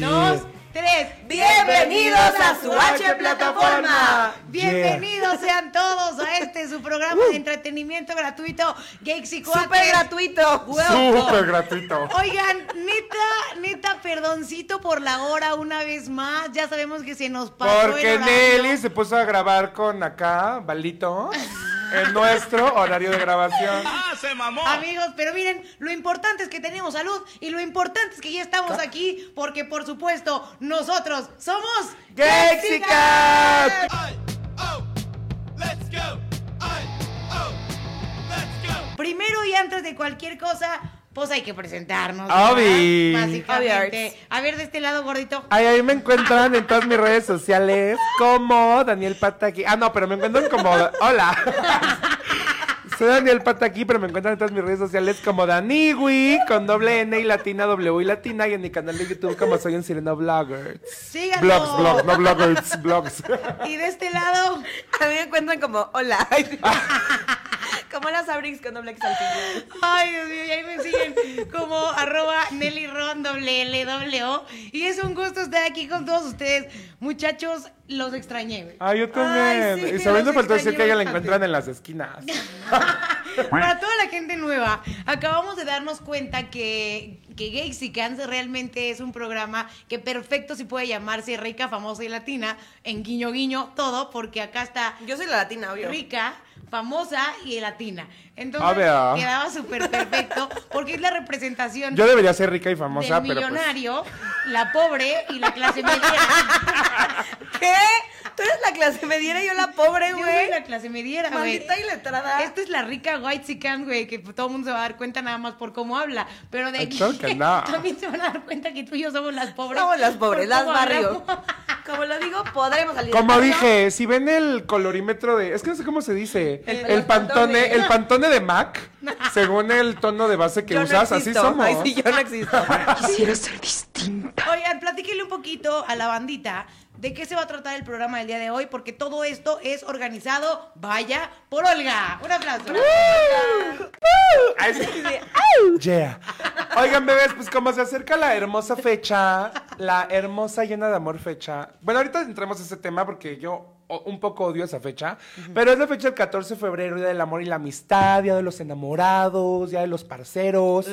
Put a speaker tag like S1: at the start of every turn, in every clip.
S1: dos, tres.
S2: Bienvenidos a su H plataforma.
S1: Bienvenidos sean todos a este su programa
S3: Uh.
S1: de entretenimiento gratuito, Geeks y Cuates.
S2: Súper gratuito.
S1: Welcome.
S3: Súper gratuito.
S1: Oigan, neta, neta, perdoncito por la hora una vez más. Ya sabemos que se nos pasó
S3: Porque
S1: el horario.
S3: Nelly se puso a grabar con acá, Balito, en nuestro horario de grabación.
S4: ¡Ah, se mamó!
S1: Amigos, pero miren, lo importante es que tenemos salud y lo importante es que ya estamos aquí porque por supuesto nosotros somos
S3: ¡Gexicat!
S4: ¡Ay, oh! ¡Let's go! ¡Ay, oh! ¡Let's go!
S1: Primero y antes de cualquier cosa, pues hay que presentarnos.
S3: Obvi.
S1: ¿verdad? Básicamente. A ver de este lado gordito.
S3: Ay, ahí me encuentran en todas mis redes sociales como Daniel Pataki. Ah, no, pero me encuentran como. Hola. Soy Daniel Pataki, pero me encuentran en todas mis redes sociales como Daniwi, con doble N y latina, W y latina, y en mi canal de YouTube como soy un sireno blogger.
S1: Síganos.
S3: Blogs, blogs, no bloggers, blogs.
S1: Y de este lado,
S2: A mí me encuentran como hola. como las Abrix con doble X al final.
S1: ay Dios mío, y ahí me siguen como arroba Nelly Ron doble L doble O. Y es un gusto estar aquí con todos ustedes. Muchachos, los extrañé.
S3: Ay, yo también.
S1: Ay, sí,
S3: y sabiendo
S1: los
S3: faltó decir
S1: extrañé
S3: que ella la
S1: bastante.
S3: encuentran en las esquinas.
S1: Para toda la gente nueva, acabamos de darnos cuenta que, que Gays y Cans realmente es un programa que perfecto se puede llamarse rica, famosa y latina, en guiño guiño, todo, porque acá está
S2: Yo soy la latina, obvio.
S1: rica, famosa y latina.
S3: A
S1: Entonces
S3: ver.
S1: quedaba súper perfecto porque es la representación
S3: Yo debería ser rica y
S1: del
S3: famosa, pero. pues,
S1: millonario, la pobre y la clase media.
S2: ¿Qué? Tú eres la clase mediera y yo la pobre,
S1: Yo soy
S2: güey.
S1: la clase mediera, güey.
S2: Maldita iletrada.
S1: Esta es la rica white sican, güey, que todo el mundo se va a dar cuenta nada más por cómo habla. Pero de
S3: Ay,
S1: aquí
S3: claro que no.
S1: también se van a dar cuenta que tú y yo somos las pobres.
S2: Somos las pobres,
S1: por
S2: las
S1: cómo
S2: barrio.
S1: hablamos.
S2: Como lo digo, podremos salir.
S3: Como
S2: del barrio.
S3: dije, si ven el colorímetro de. Es que no sé cómo se dice.
S2: El-
S3: El,
S2: los pantones.
S3: pantone, el pantone de Mac, según el tono de base que
S2: Yo no
S3: usas, así
S2: existo.
S3: somos.
S2: Ay, sí, yo no existo.
S1: Oigan, platíquenle un poquito a la bandita de qué se va a tratar el programa del día de hoy, porque todo esto es organizado, vaya, por Olga. Un aplauso.
S3: Ay, sí. Yeah. Oigan, bebés, pues como se acerca la hermosa fecha, la hermosa llena de amor fecha. Bueno, ahorita entremos a ese tema porque yo o- un poco odio esa fecha, pero es la fecha del 14 de febrero, Día del Amor y la Amistad, Día de los Enamorados, Día de los Parceros.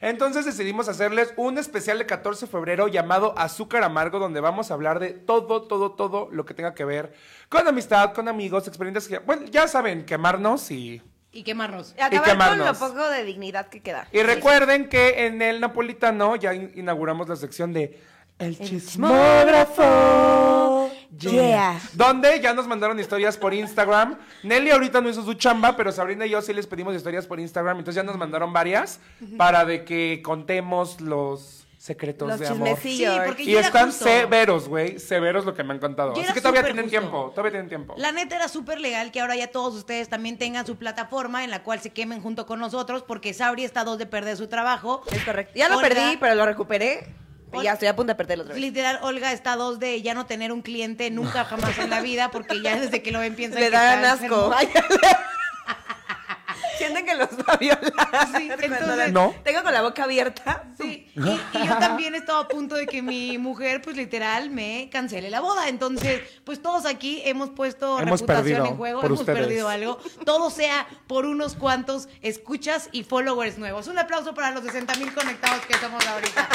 S3: Entonces decidimos hacerles un especial de 14 de febrero llamado Azúcar Amargo, donde vamos a hablar de todo, todo, todo lo que tenga que ver con amistad, con amigos, experiencias que, bueno, ya saben, quemarnos y
S1: Y quemarnos.
S2: Acabar con lo
S3: quemarnos.
S2: poco de dignidad que queda.
S3: y recuerden que en el napolitano ya in- inauguramos la sección de El
S2: chismógrafo.
S3: chismógrafo.
S2: Yeah.
S3: Donde ya nos mandaron historias por Instagram. Nelly ahorita no hizo su chamba, pero Sabrina y yo sí les pedimos historias por Instagram. Entonces ya nos mandaron varias para de que contemos los secretos
S2: Los
S3: de amor.
S2: chismecillos.
S1: Sí, porque
S3: Y
S1: ya era
S3: están
S1: justo.
S3: severos, güey. Severos lo que me han contado.
S1: Ya
S3: Así
S1: era
S3: que todavía
S1: súper
S3: tienen
S1: justo.
S3: tiempo. Todavía tienen tiempo.
S1: La neta era súper legal que ahora ya todos ustedes también tengan su plataforma en la cual se quemen junto con nosotros, porque Sabri está a dos de perder su trabajo.
S2: Es correcto. Ya lo
S1: Olga-
S2: perdí, pero lo recuperé. Y
S1: Olga-
S2: ya estoy a punto de perderlo otra vez.
S1: Literal, Olga está a dos de ya no tener un cliente nunca jamás en la vida, porque ya desde que lo ven piensan
S2: Le
S1: que
S2: dan
S1: está
S2: asco.
S1: enfermo.
S2: Sienten que los va a violar.
S1: Sí,
S2: Cuando
S1: entonces-
S2: la-
S3: No.
S2: Tengo con la boca abierta.
S1: Sí, y, y yo también estaba a punto de que mi mujer, pues literal, me cancele la boda. Entonces, pues todos aquí hemos puesto
S3: Hemos
S1: reputación
S3: perdido
S1: en juego,
S3: por
S1: hemos
S3: ustedes.
S1: perdido algo. Todo sea por unos cuantos escuchas y followers nuevos. Un aplauso para los 60 mil conectados que somos ahorita.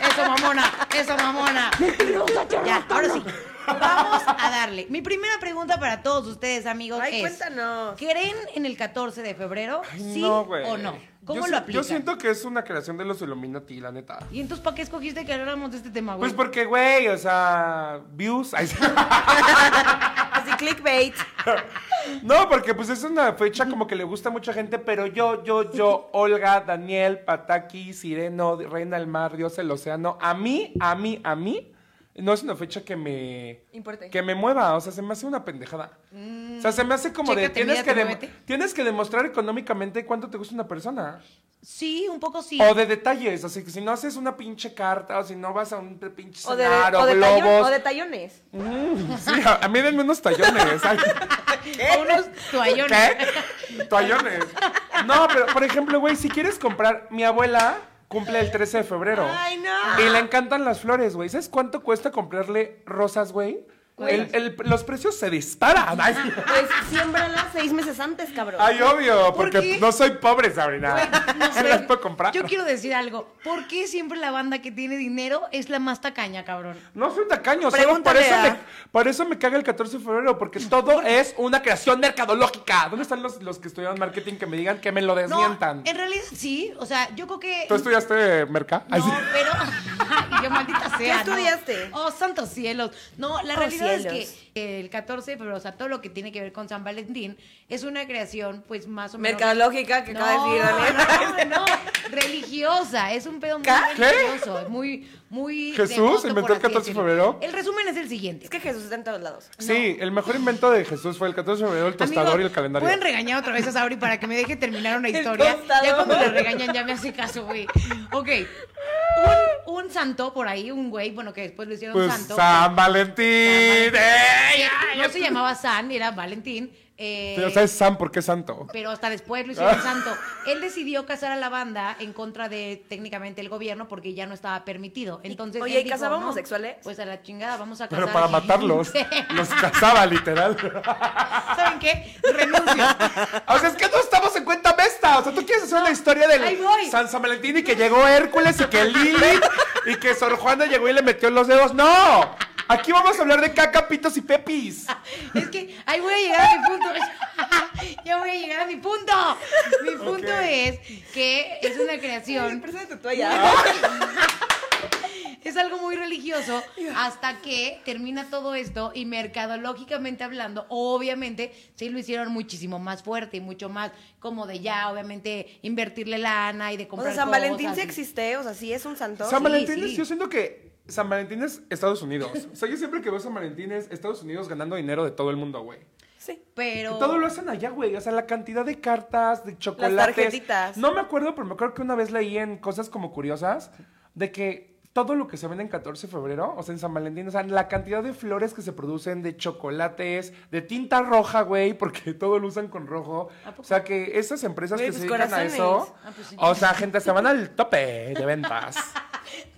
S1: Eso, mamona, eso, mamona. Ya, ahora sí. Vamos a darle. Mi primera pregunta para todos ustedes, amigos, es...
S2: Ay, cuéntanos.
S1: ¿Creen en el 14 de febrero?
S3: Ay,
S1: ¿Sí
S3: no, güey.
S1: o no? ¿Cómo lo
S3: Yo si- Yo
S1: aplican?
S3: siento que es una creación de los Illuminati, la neta.
S1: ¿Y entonces para qué escogiste que habláramos de este tema, güey?
S3: Pues porque, güey, o sea, views. Ay, sí.
S2: Así clickbait.
S3: No, porque pues es una fecha como que le gusta a mucha gente, pero yo, yo, yo, Olga, Daniel, Pataki, Sireno, Reina del Mar, Dios el Océano, a mí, a mí, a mí, no es una fecha que me...
S2: Importe. Mm,
S3: Que me mueva, o sea, se me hace una pendejada. o sea, se me hace como de...
S1: Chécate,
S3: Tienes
S1: mírate,
S3: que, dem-
S1: muévete.
S3: tienes que demostrar económicamente cuánto te gusta una persona.
S1: Sí, un poco sí.
S3: O de detalles, así que si no haces una pinche carta, o si no vas a un pinche
S2: O de,
S3: cenar, o,
S2: o de tallón-
S3: globos.
S2: o de tallones.
S3: Mm, sí, a, a mí denme unos tallones. ay.
S1: O unos toallones.
S3: ¿Qué? Toallones. No, pero por ejemplo, güey, si quieres comprar, mi abuela, Cumple el 13 de febrero.
S2: Ay, no.
S3: Y le encantan las flores, güey. ¿Sabes cuánto cuesta comprarle rosas, güey? El- el- los precios se disparan. Ay,
S2: Pues siémbralas seis meses antes, cabrón.
S3: ay, obvio,
S1: ¿Por
S3: porque
S1: qué?
S3: no soy pobre, Sabrina.
S1: No
S3: Se
S1: sé.
S3: las puedo comprar.
S1: Yo quiero decir algo. ¿Por qué siempre la banda que tiene dinero es la más tacaña, cabrón?
S3: No soy tacaño, solo por
S2: Pregúntale
S3: eso,
S2: a-
S3: me, por eso me caga el 14 de febrero, porque todo es una creación mercadológica. ¿Dónde están los, los que estudiaron marketing que me digan que me lo desmientan?
S1: No, en realidad sí. O sea, yo creo que.
S3: ¿Tú estudiaste merca? Ay,
S1: No,
S3: sí.
S1: pero. y yo, maldita sea.
S2: ¿Qué
S1: ¿no?
S2: estudiaste?
S1: Oh, santos cielos. No, la
S2: Oh,
S1: realidad
S2: cielos.
S1: es que el 14 de febrero, o sea, todo lo que tiene que ver con San Valentín es una creación, pues más o menos.
S2: Mercadológica, que acaba de decir Daniel.
S1: No, no, religiosa. Es un pedo muy
S3: ¿Qué?
S1: religioso. Muy, muy.
S3: ¿Jesús
S1: devoto,
S3: inventó
S1: por
S3: el
S1: así
S3: 14 de
S1: decirlo.
S3: febrero?
S1: El resumen es el siguiente.
S2: Es que Jesús está en todos lados.
S3: Sí, el mejor invento de Jesús fue el 14 de febrero, el tostador
S1: Amigo,
S3: y el calendario.
S1: Pueden regañar otra vez a Sabri para que me deje terminar una historia.
S2: tostador.
S1: Ya cuando le regañan ya me hace caso, güey. Ok. Un, un santo por ahí, un güey, bueno, que después lo hicieron
S3: Pues
S1: santo.
S3: San Valentín. ¡Ey!
S1: Que No se llamaba San, era Valentín. eh,
S3: O sea, es San porque es santo.
S1: pero hasta después lo hicieron santo. Él decidió casar a la banda en contra de técnicamente el gobierno porque ya no estaba permitido. Entonces,
S2: Oye,
S1: él
S2: ¿y
S1: dijo,
S2: casaba
S1: "No,
S2: homosexuales?
S1: Pues a la chingada, vamos a casar.
S3: Pero para matarlos, los cazaba literal.
S1: ¿Saben qué? Renuncio.
S3: O sea, es que no estamos en cuenta mesta. O sea, tú quieres hacer una historia
S1: ahí
S3: del
S1: voy.
S3: San San Valentín y que llegó Hércules y que Lilith y que Sor Juana llegó y le metió los dedos. ¡No! Aquí vamos a hablar de caca, pitos y pepis.
S1: Es que ahí voy a llegar a mi punto. ya voy a llegar a mi punto. Mi punto
S3: Ok.
S1: es que es una creación,
S2: Presa de tu toalla.
S1: es algo muy religioso hasta que termina todo esto y mercadológicamente hablando, obviamente sí lo hicieron muchísimo más fuerte y mucho más como de ya, obviamente invertirle lana y de
S2: O
S1: comprar
S2: sea, San Valentín
S1: cosas.
S2: sí existe, o sea, sí es un santo.
S3: San
S1: Sí,
S3: Valentín es,
S1: sí.
S3: yo siento que San Valentín es Estados Unidos. O sea, yo siempre que veo San Valentín es Estados Unidos ganando dinero de todo el mundo, güey.
S2: Sí.
S1: Pero
S3: Todo lo hacen allá, güey. O sea, la cantidad de cartas, de chocolates.
S2: tarjetitas.
S3: No me acuerdo, pero me acuerdo que una vez leí en cosas como curiosas de que todo lo que se vende en 14 de febrero, o sea, en San Valentín, o sea, la cantidad de flores que se producen, de chocolates, de tinta roja, güey, porque todo lo usan con rojo.
S1: ¿A poco?
S3: O sea, que esas empresas
S2: Güey,
S3: que
S2: pues,
S3: se dedican a
S2: corazones.
S3: eso,
S1: Ah, pues sí.
S3: o sea, gente, se van al tope de ventas.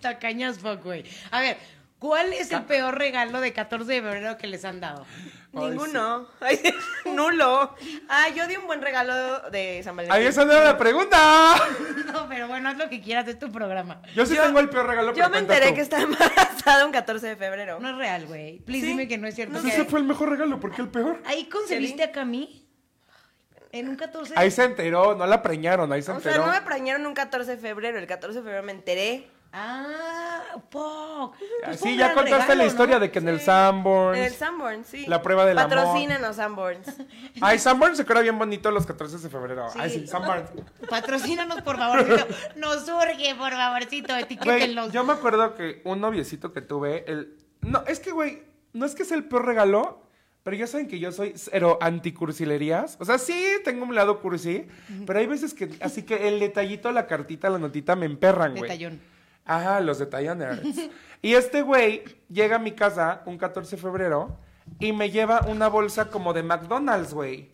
S1: tacañas fuck, güey. A ver, ¿cuál es el peor regalo de 14 de febrero que les han dado?
S3: Ay,
S2: Ninguno. Ay, nulo. Ah, yo di un buen regalo de San Valentín.
S3: Ahí esa no era la pregunta.
S1: No, pero bueno, haz lo que quieras, es tu programa.
S3: Yo sí
S2: Yo-
S3: tengo el peor regalo
S2: Yo
S3: pero
S2: me
S3: cuenta
S2: enteré
S3: tú.
S2: que está embarazada un 14 de febrero.
S1: No es real, güey. Please
S2: Sí.
S1: dime que no es cierto.
S2: No
S3: Pues
S1: que-
S3: ese fue el mejor regalo, ¿por qué el peor?
S1: ¿Ahí concebiste a Cami? En un 14.
S3: Ahí se enteró, no la preñaron, ahí se
S2: O sea,
S3: enteró.
S2: no me preñaron un 14 de febrero. El 14 de febrero me enteré.
S1: Ah, fuck.
S2: Pues fue
S3: sí,
S2: un
S3: ya
S2: gran
S3: contaste
S2: regalo,
S3: la historia
S2: ¿no?
S3: de que en el
S2: Sí.
S3: Sanborns.
S2: En el Sanborns, sí.
S3: La prueba del amor.
S2: Patrocínanos, Sanborns.
S3: Ay, Sanborns se crea bien bonito los 14 de febrero. Ay,
S1: Sí.
S3: sí, Sanborns.
S1: Patrocínanos, por favorcito. Nos surge, por favorcito,
S3: Güey,
S1: etiquétenlos.
S3: yo me acuerdo que un noviecito que tuve, el. No, es que, güey, no es que sea el peor regalo, pero ya saben que yo soy cero anticursilerías. O sea, sí, tengo un lado cursi, pero hay veces que. Así que el detallito, la cartita, la notita me emperran, güey.
S1: Detallón.
S3: Ajá, los detallaners. y este güey llega a mi casa un 14 de febrero y me lleva una bolsa como de McDonald's, güey.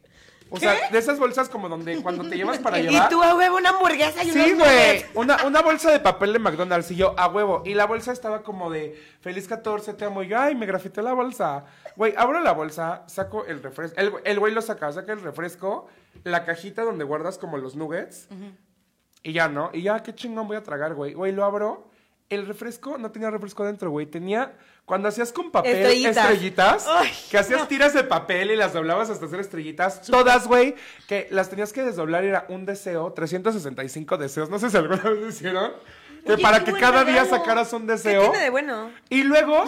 S3: O sea, de esas bolsas como donde cuando te llevas para
S2: y
S3: llevar.
S2: tú, a huevo, una hamburguesa y
S3: Sí, güey.
S2: unos nuggets.
S3: Una, una bolsa de papel de McDonald's y yo, a huevo. Y la bolsa estaba como de feliz 14, te amo. Y yo, ay, me grafité la bolsa. Güey, abro la bolsa, saco el refresco. El, el güey lo saca, saca el refresco, la cajita donde guardas como los nuggets. Y ya, ¿no? Y ya, qué chingón voy a tragar, güey. Güey, lo abro. El refresco no tenía refresco dentro, güey. Tenía. Cuando hacías con papel
S2: Estrellitas.
S3: estrellitas,
S2: Ay,
S3: que hacías tiras de papel y las doblabas hasta hacer estrellitas, todas, güey, que las tenías que desdoblar era un deseo, 365 deseos. No sé si alguna vez lo hicieron. Que
S1: Oye,
S3: para
S1: qué
S3: que
S1: buen
S3: cada día
S1: regalo.
S3: sacaras un
S2: ¿Qué
S3: deseo.
S2: tiene de bueno?
S3: Y luego,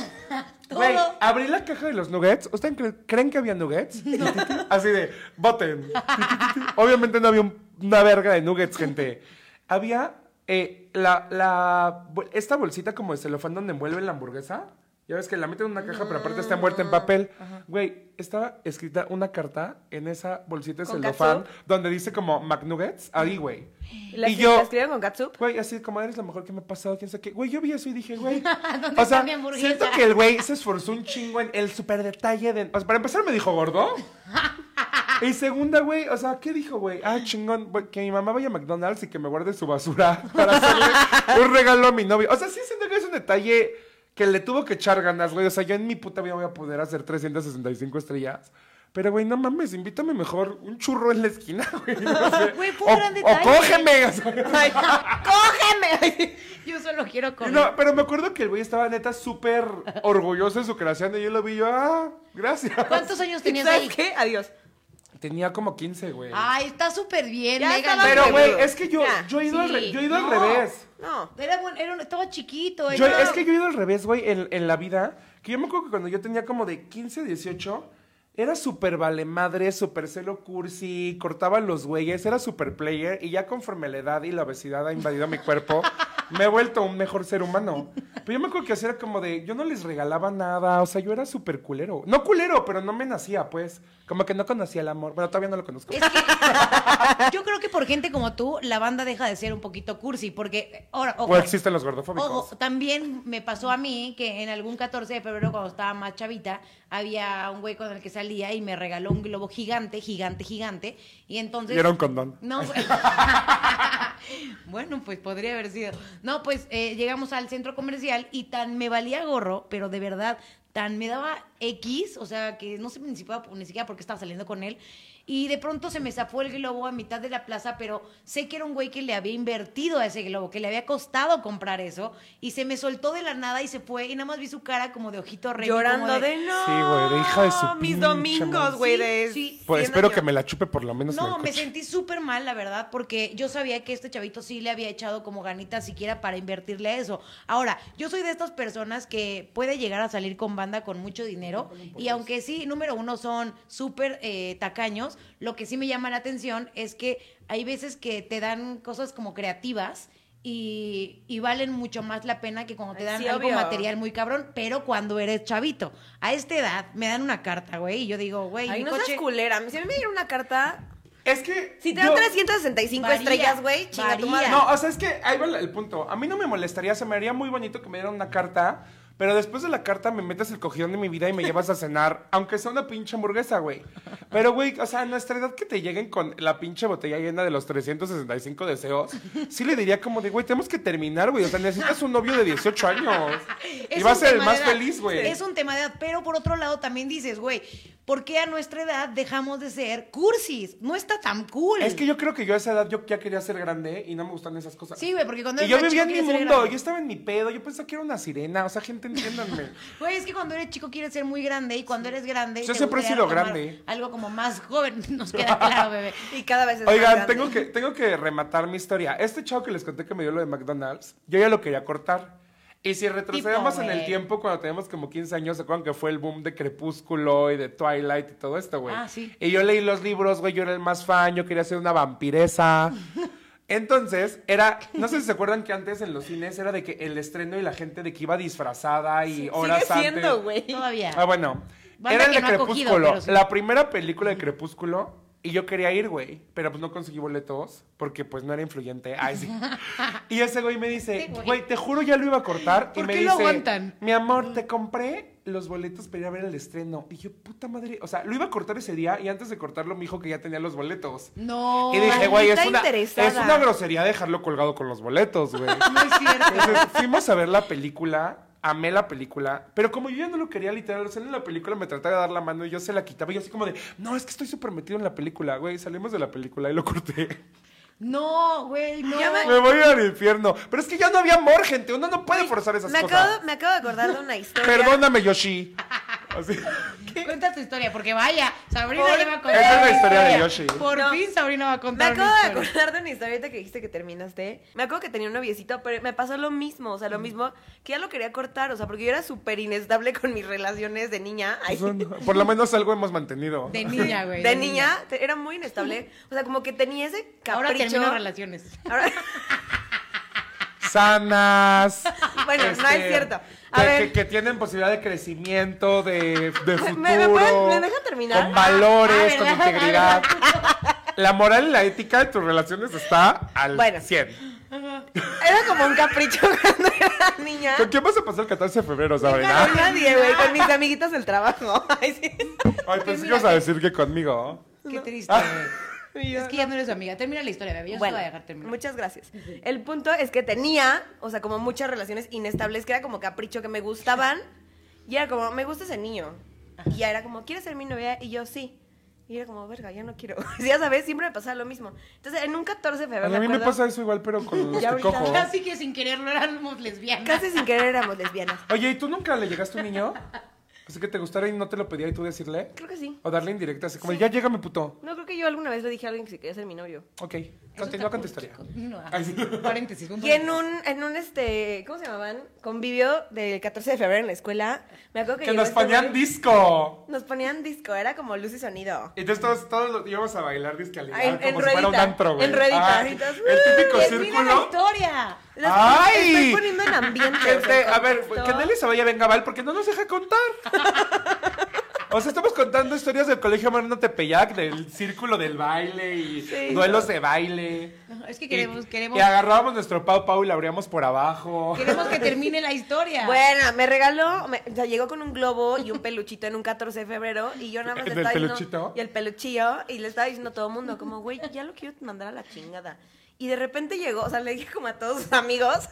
S1: Todo.
S3: güey, abrí la caja de los nuggets. ¿Ustedes cre- creen que había nuggets? Así de, voten. Obviamente no había un- una verga de nuggets, gente. Había eh, la, la, bol- esta bolsita como de celofán donde envuelve la hamburguesa. Ya ves que la meten en una caja, pero aparte está envuelta
S2: Ah,
S3: en papel. Güey, estaba escrita una carta en esa bolsita de
S2: ¿Con
S3: celofán
S2: catsup?
S3: donde dice como McNuggets. Ahí, güey.
S2: ¿La,
S3: Y
S2: escri-
S3: yo-
S2: la escribieron con catsup?
S3: Güey, así como eres lo mejor que me ha pasado, quién sabe qué. Güey, yo vi eso y dije, güey.
S1: ¿Dónde
S3: o
S1: está
S3: sea,
S1: mi hamburguesa?
S3: siento que el güey se esforzó un chingo en el super detalle de. O sea, para empezar me dijo gordo. Y segunda, güey, o sea, ¿qué dijo, güey? Ah, chingón, güey, que mi mamá vaya a McDonald's y que me guarde su basura para hacerle un regalo a mi novio. O sea, sí siento que es un detalle que le tuvo que echar ganas, güey. O sea, yo en mi puta vida voy a poder hacer 365 estrellas. Pero, güey, no mames, invítame mejor un churro en la esquina, güey. no sé.
S1: Güey, fue un
S3: o,
S1: gran
S3: o
S1: detalle.
S3: cógeme. o sea,
S2: Ay, ¡Cógeme!
S1: Yo solo quiero comer.
S3: no, pero me acuerdo que el güey estaba neta súper orgulloso de su creación y yo lo vi y yo, ah, gracias.
S1: ¿Cuántos años
S2: ¿Y
S1: tenías
S2: ¿Sabes
S1: ahí?
S2: qué? Adiós.
S3: Tenía como 15, güey.
S1: Ay, está súper bien,
S2: Ya
S1: Megan.
S2: estaba
S3: Pero,
S2: Ay,
S3: güey,
S2: boludo.
S3: es que yo,
S2: Ah, Ya,
S3: yo he ido, al, re-
S1: sí.
S3: yo he ido al
S2: No,
S3: revés.
S2: No.
S1: Era bueno, era un- estaba chiquito.
S3: Yo-
S1: era-
S3: es que yo he ido al revés, güey, en, en la vida. Que yo me acuerdo que cuando yo tenía como de 15, 18, era súper vale madre, súper celo cursi, cortaba los güeyes, era súper player. Y ya conforme la edad y la obesidad ha invadido mi cuerpo, me he vuelto un mejor ser humano. Pero yo me acuerdo que así era como de, yo no les regalaba nada, o sea, yo era súper culero. No culero, pero no me nacía, pues. Como que no conocía el amor. Bueno, todavía no lo conozco.
S1: Es que yo creo que por gente como tú, la banda deja de ser un poquito cursi, porque ahora, ojo,
S3: O existen los gordofóbicos.
S1: ojo, también me pasó a mí que en algún 14 de febrero, cuando estaba más chavita, había un güey con el que salía y me regaló un globo gigante, gigante, gigante, y entonces...
S3: Y era un condón.
S1: No, güey. bueno, pues podría haber sido. No, pues eh, llegamos al centro comercial y tan me valía gorro, pero de verdad, tan me daba X, o sea, que no sé ni siquiera, ni siquiera por qué estaba saliendo con él. Y de pronto se me zafó el globo a mitad de la plaza, pero sé que era un güey que le había invertido a ese globo, que le había costado comprar eso, y se me soltó de la nada y se fue, y nada más vi su cara como de ojito rey.
S2: Llorando de no.
S3: Sí, güey, de hija de su
S2: Mis
S3: pinche
S2: domingos,
S3: madre.
S2: güey,
S1: Sí,
S2: de.
S1: sí.
S3: Pues
S2: cien
S3: espero
S2: años.
S3: que me la chupe por lo menos. en el
S1: No, me
S3: coche.
S1: sentí súper mal, la verdad, porque yo sabía que este chavito sí le había echado como ganitas siquiera para invertirle a eso. Ahora, yo soy de estas personas que puede llegar a salir con banda con mucho dinero y aunque sí, número uno, son súper eh, tacaños, lo que sí me llama la atención es que hay veces que te dan cosas como creativas. Y, y valen mucho más la pena que cuando te
S2: Ay,
S1: dan
S2: sí,
S1: algo
S2: obvio.
S1: material muy cabrón, pero cuando eres chavito. A esta edad me dan una carta, güey, y yo digo, güey,
S2: Ay,
S1: mi
S2: no
S1: coche...
S2: seas culera. Si a mí me dieron una carta.
S3: Es que.
S2: Si te
S3: yo-
S2: dan 365
S1: Varía,
S2: estrellas, güey, chinga tu madre.
S1: varía.
S3: No, o sea, es que ahí va el punto. A mí no me molestaría, se me haría muy bonito que me dieran una carta, pero después de la carta me metes el cogidón de mi vida y me llevas a cenar, aunque sea una pinche hamburguesa, güey. Pero, güey, o sea, a nuestra edad que te lleguen con la pinche botella llena de los 365 deseos, sí le diría como de, güey, tenemos que terminar, güey. O sea, necesitas un novio de 18 años.
S1: Es
S3: y va a
S1: un
S3: ser el
S1: tema de
S3: más
S1: edad.
S3: feliz, güey.
S1: Es un tema de edad, pero por otro lado también dices, güey, ¿por qué a nuestra edad dejamos de ser cursis? No está tan cool.
S3: Es que yo creo que yo a esa edad yo ya quería ser grande y no me gustan esas cosas.
S1: Sí, güey, porque cuando
S3: Y
S1: eres
S3: yo
S1: más
S3: vivía
S1: chico
S3: en mi
S1: quieres ser
S3: mundo,
S1: grande.
S3: yo estaba en mi pedo, yo pensaba que era una sirena, o sea, gente, entiéndanme.
S1: Güey, es que cuando eres chico quieres ser muy grande y cuando eres grande...
S3: Yo
S1: te
S3: siempre he
S1: gusta
S3: sido
S1: tomar
S3: grande.
S1: Algo como más joven, nos queda claro, bebé.
S2: Y cada vez es más
S3: Oigan,
S2: grande.
S3: tengo que, tengo que rematar mi historia. Este chavo que les conté que me dio lo de McDonald's, yo ya lo quería cortar. Y si retrocedemos en el
S1: güey.
S3: tiempo, cuando teníamos como 15 años, ¿se acuerdan que fue el boom de Crepúsculo y de Twilight y todo esto, güey?
S1: Ah, sí.
S3: Y yo leí los libros, güey, yo era el más fan, yo quería ser una vampiresa. Entonces, era, no sé si se acuerdan que antes en los cines era de que el estreno y la gente de que iba disfrazada y horas
S2: Sigue siendo,
S3: antes.
S2: güey.
S1: Todavía.
S3: Ah, bueno.
S1: Banda
S3: era el
S1: que
S3: de
S1: no ha cogido,
S3: Crepúsculo.
S1: pero sí.
S3: La primera película de Crepúsculo. Y yo quería ir, güey. Pero pues no conseguí boletos. Porque pues no era influyente. Ay, sí. Y ese güey me dice,
S1: Este güey.
S3: güey, te juro ya lo iba a cortar.
S1: ¿Por
S3: y me
S1: qué
S3: dice,
S1: lo aguantan?
S3: mi amor, te compré los boletos para ir a ver el estreno. Y yo, puta madre. O sea, lo iba a cortar ese día. Y antes de cortarlo me dijo que ya tenía los boletos.
S1: No.
S3: y dije, güey, es
S2: maldita
S3: una, es
S2: interesada.
S3: una grosería dejarlo colgado con los boletos, güey.
S1: No es cierto.
S3: Entonces, fuimos a ver la película, amé la película, pero como yo ya no lo quería literal, o sea, en la película me trataba de dar la mano y yo se la quitaba y yo así como de, no, es que estoy súper metido en la película, güey, salimos de la película y lo corté.
S1: No, güey, no.
S2: Ya
S3: me voy al infierno. Pero es que ya no había amor, gente, uno no puede forzar esas
S2: me
S3: cosas.
S2: acabo, me acabo de acordar de una historia.
S3: Perdóname, Yoshi. Así.
S1: Cuenta tu historia, porque vaya, Sabrina
S2: Por-
S1: ya va a
S3: Esa es
S1: contar.
S3: la
S1: una
S3: historia de Yoshi.
S1: Por
S2: No.
S1: fin Sabrina va a
S2: Me
S1: contar
S2: acabo
S1: una
S2: de
S1: historia.
S2: acordar de una historia ahorita que dijiste que terminaste. Me acuerdo que tenía un noviecito, pero me pasó lo mismo, o sea, lo
S3: Mm.
S2: mismo que ya lo quería cortar, o sea, porque yo era súper inestable con mis relaciones de niña. Ay.
S3: Pues, bueno, Por lo menos algo hemos mantenido.
S1: De niña, güey.
S2: de niña te- era muy inestable, o sea, como que tenía ese capricho.
S1: Ahora termino relaciones.
S2: Ahora-
S3: Sanas.
S2: bueno, no
S3: este,
S2: es cierto. A
S3: que,
S2: ver,
S3: que- que tienen posibilidad de crecimiento, de, de
S2: ¿Me-
S3: futuro.
S2: me- me pueden- me dejan terminar?
S3: Con valores,
S1: Ah,
S3: con
S1: ¿verdad?
S3: integridad. La moral y la ética de tus relaciones está al
S2: Bueno.
S3: 100.
S2: era como un capricho cuando era niña.
S3: ¿Con quién Ah. vas a pasar el 14 de febrero, Sabrina?
S2: Con nadie, güey, con mis amiguitas del trabajo. Ay, sí.
S3: Ay,
S1: Porque
S3: pensé que
S1: mira
S3: ibas a
S1: que-
S3: decir que conmigo.
S1: Qué triste. es que ya no eres su amiga. Termina la historia, bebé. Yo se la
S2: Ah. Bueno,
S1: voy a dejar terminar.
S2: muchas gracias. El punto es que tenía, o sea, como muchas relaciones inestables, que era como capricho, que me gustaban. Y era como, me gusta ese niño. Y ya era como, ¿quieres ser mi novia? Y yo, sí. Y era como, verga, ya no quiero. ya sabes, siempre me pasaba lo mismo. Entonces, en un 14 de febrero,
S3: A mí me
S2: acuerdo,
S3: pasa eso igual, pero con los
S2: Ya
S3: que
S2: ahorita.
S3: cojo.
S1: Casi que sin querer no éramos lesbianas.
S2: casi sin querer éramos lesbianas.
S3: Oye, ¿y tú nunca le llegaste a un niño? Así que te gustara y no te lo pedía y tú decirle.
S2: Creo que sí.
S3: O darle indirecta, así como, ya llega mi puto.
S2: No, creo que yo alguna vez le dije a alguien que se quería ser mi novio.
S3: Ok,
S1: Eso está
S3: continúa con tu
S1: cool,
S3: historia.
S1: chico. No, ah,
S3: Ay, sí.
S1: paréntesis. un
S2: Y en
S1: paréntesis.
S2: un, en un este, ¿cómo se llamaban? Convivio del 14 de febrero en la escuela. Me acuerdo que,
S3: Que
S2: llegó
S3: nos
S2: este
S3: ponían
S2: güey-
S3: disco.
S2: Nos ponían disco, era como luz y sonido.
S3: Entonces todos, todos los- íbamos a bailar disque al
S2: Ah, en-
S3: como
S2: en
S3: si fuera un
S2: ruedita,
S3: antro, güey.
S2: en ruedita.
S3: Ay,
S2: Entonces,
S3: el típico
S1: Termina la
S3: círculo.
S1: historia.
S2: Las-
S3: ¡Ay!
S2: Estoy poniendo en ambiente. o
S3: Gente,
S2: sea,
S3: Este, a ver,
S2: contexto.
S3: que Nelly se vaya venga Val porque no nos deja contar. O sea, estamos contando historias del colegio Marino Tepeyac, del círculo del baile y
S2: Sí.
S3: duelos de baile.
S1: Ajá, es que queremos-
S3: Y-
S1: queremos-
S3: Y agarrábamos nuestro Pau Pau y la abríamos por abajo.
S1: Queremos que termine la historia.
S2: Bueno, me regaló, me- o sea, llegó con un globo y un peluchito en un 14 de febrero y yo nada más le
S3: ¿Del
S2: estaba diciendo-
S3: peluchito?
S2: y el peluchillo y le estaba diciendo a todo el mundo como, güey, ya lo quiero mandar a la chingada. Y de repente llegó, o sea, le dije como a todos sus amigos,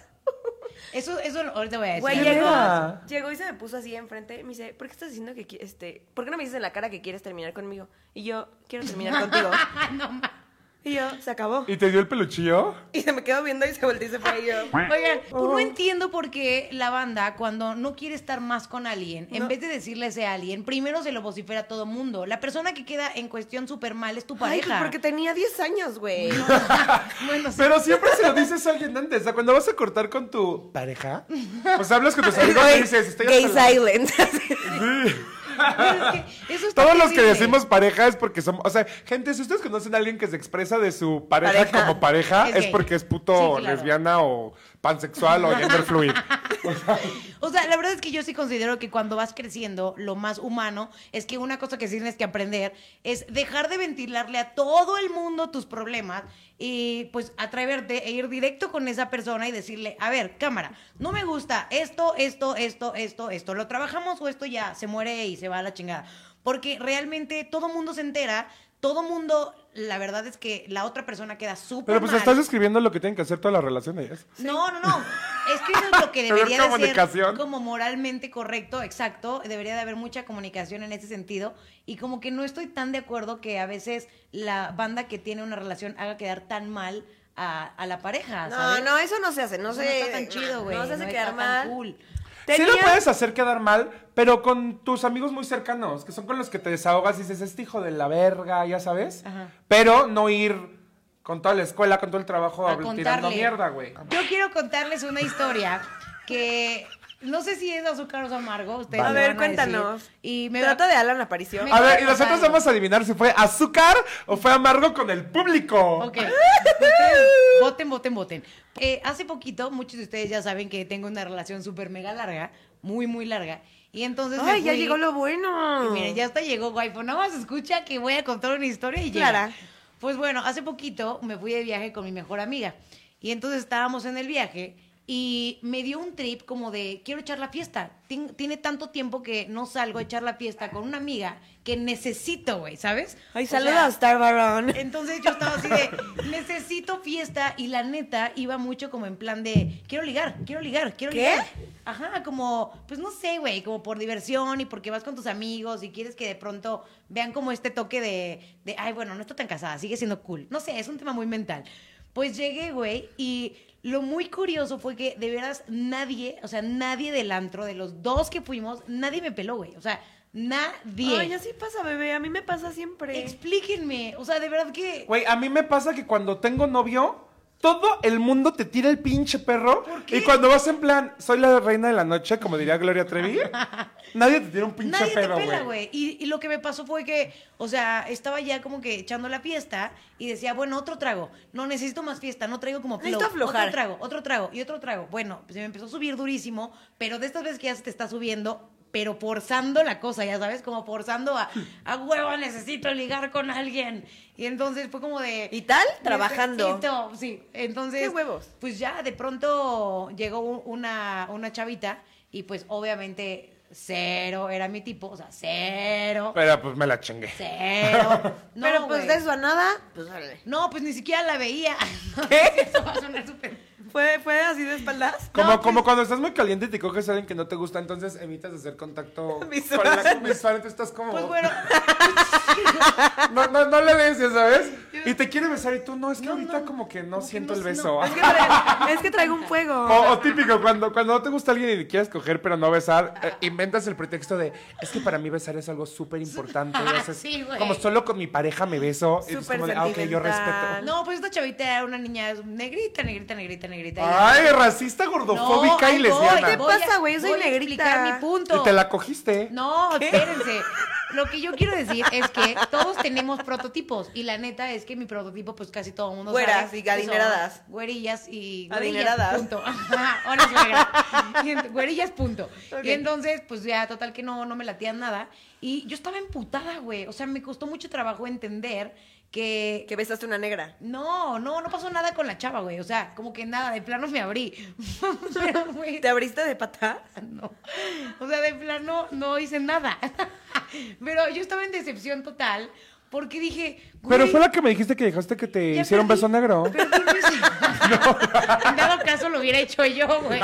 S1: Eso, eso ahorita voy a decir.
S2: güey,
S3: ¿de
S2: llegó,
S3: veras?
S2: llegó y se me puso así enfrente y me dice, ¿por qué estás diciendo que, qui- este, por qué no me dices en la cara que quieres terminar conmigo? Y yo, quiero terminar contigo.
S1: Ah, no mames.
S2: Y yo, se acabó.
S3: ¿Y te dio el peluchillo?
S2: Y se me quedó viendo y se volteó y se fue y yo.
S1: Oigan, pues
S2: Oh.
S1: no entiendo por qué la banda, cuando no quiere estar más con alguien, en
S2: No.
S1: vez de decirle a ese alguien, primero se lo vocifera a todo mundo. La persona que queda en cuestión súper mal es tu
S2: Ay, pues,
S1: pareja.
S2: porque tenía 10 años, güey.
S1: Bueno, sí.
S3: Pero siempre se lo dices a alguien antes. O sea, cuando vas a cortar con tu pareja, pues hablas con tus amigos y
S2: Güey,
S3: dices, estoy
S2: Gay
S3: hasta la-
S2: silent.
S1: Pero es que eso está
S3: Todos los que
S1: terrible.
S3: decimos pareja es porque somos. O sea, gente, si ustedes conocen a alguien que se expresa de su pareja,
S2: Pareja.
S3: como pareja,
S1: Es
S3: es,
S1: gay.
S3: porque es puto,
S1: Sí,
S3: o
S1: claro.
S3: lesbiana, o pansexual, o gender fluid.
S1: O sea, la verdad es que yo sí considero que cuando vas creciendo, lo más humano es que una cosa que sí tienes que aprender es dejar de ventilarle a todo el mundo tus problemas y pues atreverte e ir directo con esa persona y decirle, a ver, cámara, no me gusta esto, esto, esto, esto, esto, lo trabajamos o esto ya se muere y se va a la chingada. Porque realmente todo mundo se entera, todo mundo, la verdad es que la otra persona queda súper
S3: Pero pues
S1: mal.
S3: estás escribiendo lo que tienen que hacer todas las relaciones.
S1: No, no, no. Es que eso es lo que
S3: Tener
S1: debería de ser
S3: comunicación.
S1: como moralmente correcto, exacto. Debería de haber mucha comunicación en ese sentido. Y como que no estoy tan de acuerdo que a veces la banda que tiene una relación haga quedar tan mal a, a la pareja.
S2: No,
S1: ¿sabes?
S2: no, eso no se hace, no
S1: Eso
S2: se
S1: no está tan chido, güey.
S2: No se hace
S1: está
S2: quedar
S1: tan
S2: mal.
S1: cool.
S3: Sí
S2: Tenía-
S3: lo puedes hacer quedar mal, pero con tus amigos muy cercanos, que son con los que te desahogas y dices, este hijo de la verga, ya sabes.
S1: Ajá.
S3: Pero no ir con toda la escuela, con todo el trabajo
S1: A
S3: habl- tirando
S1: contarle.
S3: mierda, güey.
S1: Yo quiero contarles una historia que no sé si es azúcar o amargo. Ustedes
S2: A
S1: me
S2: ver,
S1: van decir.
S2: cuéntanos.
S1: Y me
S2: Trata de Alan Aparicio.
S1: Me-
S3: A ver, y
S1: Bueno,
S3: nosotros
S1: vale.
S3: vamos a adivinar si fue azúcar o fue amargo con el público.
S1: Ok. Ustedes voten, voten, voten. Eh, hace poquito, muchos de ustedes ya saben que tengo una relación súper mega larga, muy, muy larga. Y entonces. me
S2: Ay, ya
S1: fui-
S2: llegó lo
S1: y
S2: bueno.
S1: miren, ya hasta llegó Wi-Fi. Nada más escucha que voy a contar una historia y
S2: Clara.
S1: llega. Pues bueno, hace poquito me fui de viaje con mi mejor amiga. Y entonces estábamos en el viaje y me dio un trip como de, quiero echar la fiesta. Tien- tiene tanto tiempo que no salgo a echar la fiesta con una amiga que necesito, güey, ¿sabes?
S2: Ay,
S1: O sea,
S2: saluda a Star Baron.
S1: entonces yo estaba así de, necesito fiesta y la neta iba mucho como en plan de, quiero ligar, quiero ligar, quiero
S2: ¿Qué?
S1: ligar. Ajá, como, pues no sé, güey, como por diversión y porque vas con tus amigos y quieres que de pronto vean como este toque de, de, ay, bueno, no está tan casada, sigue siendo cool. No sé, es un tema muy mental. Pues llegué, güey, y lo muy curioso fue que de veras nadie, o sea, nadie del antro, de los dos que fuimos, nadie me peló, güey. O sea, nadie.
S2: Ay, así pasa, bebé. A mí me pasa siempre.
S1: Explíquenme, o sea, de verdad que...
S3: Güey, a mí me pasa que cuando tengo novio, todo el mundo te tira el pinche perro. Y cuando vas en plan, soy la reina de la noche, como diría Gloria Trevi, nadie te tira un pinche
S1: Nadie
S3: perro,
S1: te pela,
S3: güey.
S1: güey. Y, y lo que me pasó fue que, o sea, estaba ya como que echando la fiesta y decía, bueno, otro trago. No, necesito más fiesta, no traigo como flow.
S2: Necesito aflojar.
S1: Otro trago, otro trago y otro trago. Bueno, pues se me empezó a subir durísimo, pero de estas veces que ya se te está subiendo, pero forzando la cosa, ya sabes, como forzando a, a huevo, necesito ligar con alguien. Y entonces fue como de...
S2: ¿Y tal? Trabajando.
S1: Necesito, sí. Entonces...
S2: ¿Qué huevos?
S1: Pues ya, de pronto llegó un- una, una chavita y pues obviamente cero era mi tipo, o sea, cero,
S3: Pero pues me la chingué.
S1: cero. No,
S2: Pero pues
S1: güey.
S2: de eso a nada, pues órale.
S1: No, pues ni siquiera la veía.
S3: ¿Qué?
S1: Eso va a sonar súper.
S2: ¿Fue, ¿Fue así de espaldas?
S3: Como,
S1: No, pues
S3: como cuando estás muy caliente y te coges a alguien que no te gusta, entonces evitas hacer contacto
S2: Visual.
S3: con la visual, tú estás como...
S1: Pues bueno,
S3: No, no, no le beses, ¿sabes? Y te quiere besar y tú, no, es que
S1: No,
S3: ahorita
S1: no,
S3: como que no
S1: como que
S3: siento
S1: no,
S3: el
S1: no.
S3: beso.
S2: Es que, tra- es que traigo un fuego.
S3: O, o típico, cuando, cuando no te gusta alguien y quieres coger pero no besar, eh, inventas el pretexto de, es que para mí besar es algo súper importante. o sea, es
S1: Sí, güey.
S3: como solo con mi pareja me beso. y es
S2: Súper
S3: como de, ah, ok, yo
S2: sentimental.
S3: respeto.
S1: no, pues esta chavita era una niña negrita, negrita, negrita, negrita.
S3: Ay, racista, gordofóbica y
S1: ahí voy,
S3: lesbiana.
S1: voy a-
S2: pasa, güey? Yo soy
S1: voy a
S2: negrita.
S1: explicar mi punto.
S3: Y te la cogiste.
S1: No, espérense. Lo que yo quiero decir es que todos tenemos prototipos y la neta es que mi prototipo pues casi todo el mundo
S2: Güeras
S1: sabe
S2: y
S1: que son
S2: adineradas.
S1: Güerillas y
S2: Adineradas.
S1: adineradas. punto. Ajá, Hola, suegra. Y ent- Güerillas, punto.
S2: Ok.
S1: Y entonces, pues ya total que no no me latían nada y yo estaba emputada, güey. O sea, me costó mucho trabajo entender que
S2: Que besaste una negra.
S1: no, no, no pasó nada con la chava, güey. O sea, como que nada, de plano me abrí. Pero, güey,
S2: ¿Te abriste de pata?
S1: no. O sea, de plano no hice nada. Pero yo estaba en decepción total porque dije, güey,
S3: Pero fue la que me dijiste que dejaste que te
S1: ya
S3: hicieron
S1: perdí.
S3: beso negro.
S1: Perdí mis- En dado caso lo hubiera hecho yo, güey.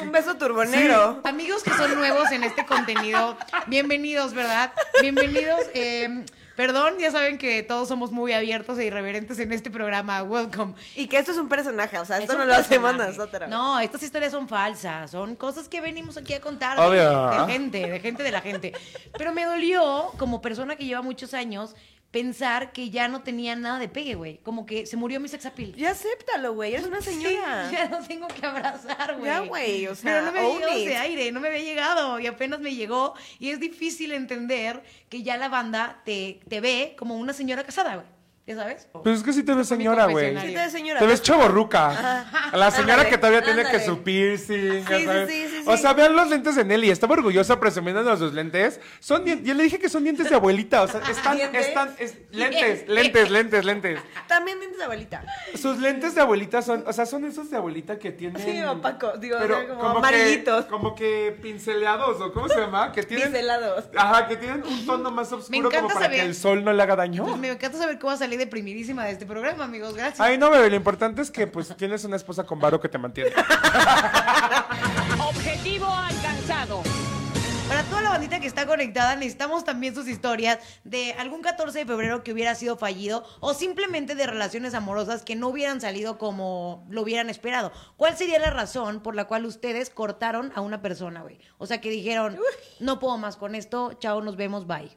S2: Un beso turbonero.
S1: Amigos que son nuevos en este contenido, bienvenidos, ¿verdad? Bienvenidos. eh, perdón, ya saben que todos somos muy abiertos e irreverentes en este programa. Welcome.
S2: Y que esto es un personaje, o sea, esto
S1: Es
S2: no
S1: un
S2: lo hacemos
S1: personaje.
S2: nosotros.
S1: No, estas historias son falsas, son cosas que venimos aquí a contar de-
S3: Obvio.
S1: de, gente, de gente de la gente. Pero me dolió, como persona que lleva muchos años, pensar que ya no tenía nada de pegue, güey. Como que se murió mi sex appeal.
S2: Ya acéptalo, güey, eres una señora.
S1: Sí, ya no tengo que abrazar, güey.
S2: Ya, güey, o sea,
S1: Pero no me
S2: own
S1: había llegado
S2: it.
S1: ese aire, no me había llegado y apenas me llegó. Y es difícil entender que ya la banda te, te ve como una señora casada, güey. ¿Ya sabes?
S3: Pues es que sí te ves
S1: fue mi
S3: señora, güey.
S1: confesionario.
S2: Sí, te ves señora.
S3: Te ves chaborruca.
S2: Ajá.
S3: La señora
S2: Ándale,
S3: que todavía tiene que
S2: ándale.
S3: su piercing. ya
S2: Sí, sí,
S3: sabes.
S2: sí, sí,
S3: O
S2: sí.
S3: sea, vean los lentes de Nelly. Estaba orgullosa presumiendo de sus lentes. Son dien- Yo le dije que son dientes de abuelita. O sea, están,
S2: ¿Dientes?
S3: están, es- lentes, lentes, lentes, lentes.
S2: También dientes de abuelita.
S3: Sus lentes de abuelita son, o sea, son esos de abuelita que tienen.
S2: Sí, opaco, digo, o sea, como
S3: que-
S2: amarillitos.
S3: como que pincelados, o ¿cómo se llama? Que tienen.
S2: Pincelados.
S3: Ajá, que tienen un tono más oscuro como
S1: encanta
S3: para que
S1: saber-
S3: el sol no le haga daño.
S1: Pues me encanta saber que voy a salir deprimidísima de este programa, amigos. Gracias.
S3: Ay, no, bebé, lo importante es que pues tienes una esposa con varo que te mantiene.
S5: Objetivo alcanzado.
S1: Para toda la bandita que está conectada, necesitamos también sus historias de algún 14 de febrero que hubiera sido fallido o simplemente de relaciones amorosas que no hubieran salido como lo hubieran esperado. ¿Cuál sería la razón por la cual ustedes cortaron a una persona, güey? O sea, que dijeron, no puedo más con esto, chao, nos vemos, bye.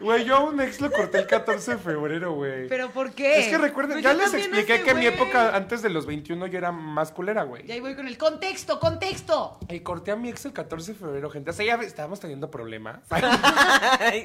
S3: Güey, yo a un ex lo corté el 14 de febrero, güey.
S1: ¿Pero por qué?
S3: Es que recuerden,
S2: Pues
S3: ya
S2: yo
S3: les
S2: también a
S3: expliqué
S2: este
S3: que en mi
S2: güey.
S3: época antes de los 21 yo era más culera,
S1: Y
S3: güey.
S1: ahí voy con el contexto, contexto.
S3: Y corté a mi ex el 14 de febrero, gente. O sea, ya estábamos teniendo problemas.
S2: Ay,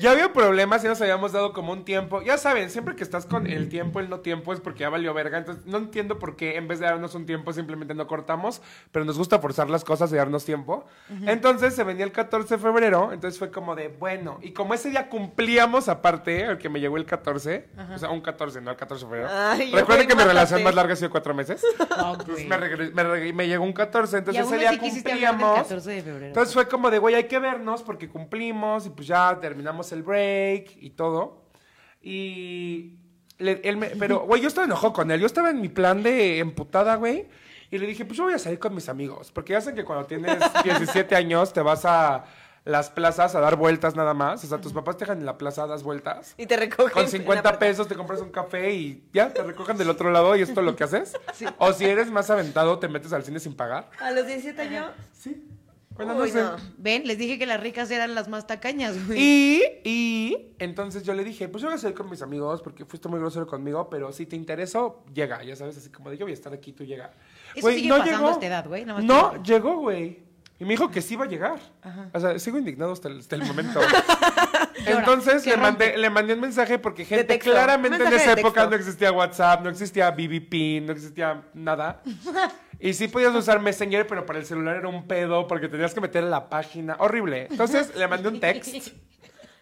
S3: ya había problemas y nos habíamos dado como un tiempo. Ya saben, siempre que estás con el tiempo, el no tiempo es porque ya valió verga. Entonces, no entiendo por qué en vez de darnos un tiempo simplemente no cortamos, pero nos gusta forzar las cosas y darnos tiempo. Entonces, se venía el 14 de febrero, entonces fue como de, bueno, y como ese día cumplíamos aparte, el que me llegó el 14, o sea, un 14, no el 14 de febrero.
S2: Ay,
S3: Recuerden
S2: güey,
S3: que mi
S2: mátate.
S3: relación más larga ha sido cuatro meses.
S1: No,
S3: Pues
S1: güey.
S3: me, regre- me regre- me llegó un 14, entonces
S1: aún
S3: ese
S1: así
S3: día
S1: quisiste hablar del
S3: cumplíamos.
S1: 14 de febrero.
S3: Entonces fue como de, güey, hay que vernos porque cumplimos y pues ya terminamos el break y todo. Y. le- él me- pero, güey, yo estaba enojado con él. Yo estaba en mi plan de emputada, güey. Y le dije, pues yo voy a salir con mis amigos. Porque ya saben que cuando tienes 17 años te vas a las plazas a dar vueltas nada más. O sea, tus papás te dejan en la plaza, das vueltas.
S2: y te recogen.
S3: Con
S2: en la
S3: 50
S2: puerta.
S3: pesos te compras un café y ya te recogen del otro lado y es todo lo que haces. O si eres más aventado, te metes al cine sin pagar.
S2: A los 17 años.
S3: Sí. Bueno,
S2: Uy,
S3: no sé.
S2: no.
S1: Ven, les dije que las ricas eran las más tacañas, güey.
S3: Y, y, entonces yo le dije, pues yo voy a salir con mis amigos porque fuiste muy grosero conmigo, pero si te interesó, llega, ya sabes, así como de yo voy a estar aquí, tú llega.
S1: Eso sigue pasando a esta edad, güey, nada más
S3: No,
S1: te digo.
S3: llegó, güey. Y me dijo que sí iba a llegar. O sea, sigo indignado hasta el, hasta el momento. Entonces
S1: se
S3: le
S1: rompe.
S3: mandé, le mandé un mensaje porque gente
S2: texto.
S3: claramente en
S2: Mensaje
S3: esa
S2: de
S3: época
S2: texto.
S3: no existía WhatsApp, no existía BBP, no existía nada. Y sí podías usar Messenger, pero para el celular era un pedo porque tenías que meter la página. Horrible. Entonces le mandé un text.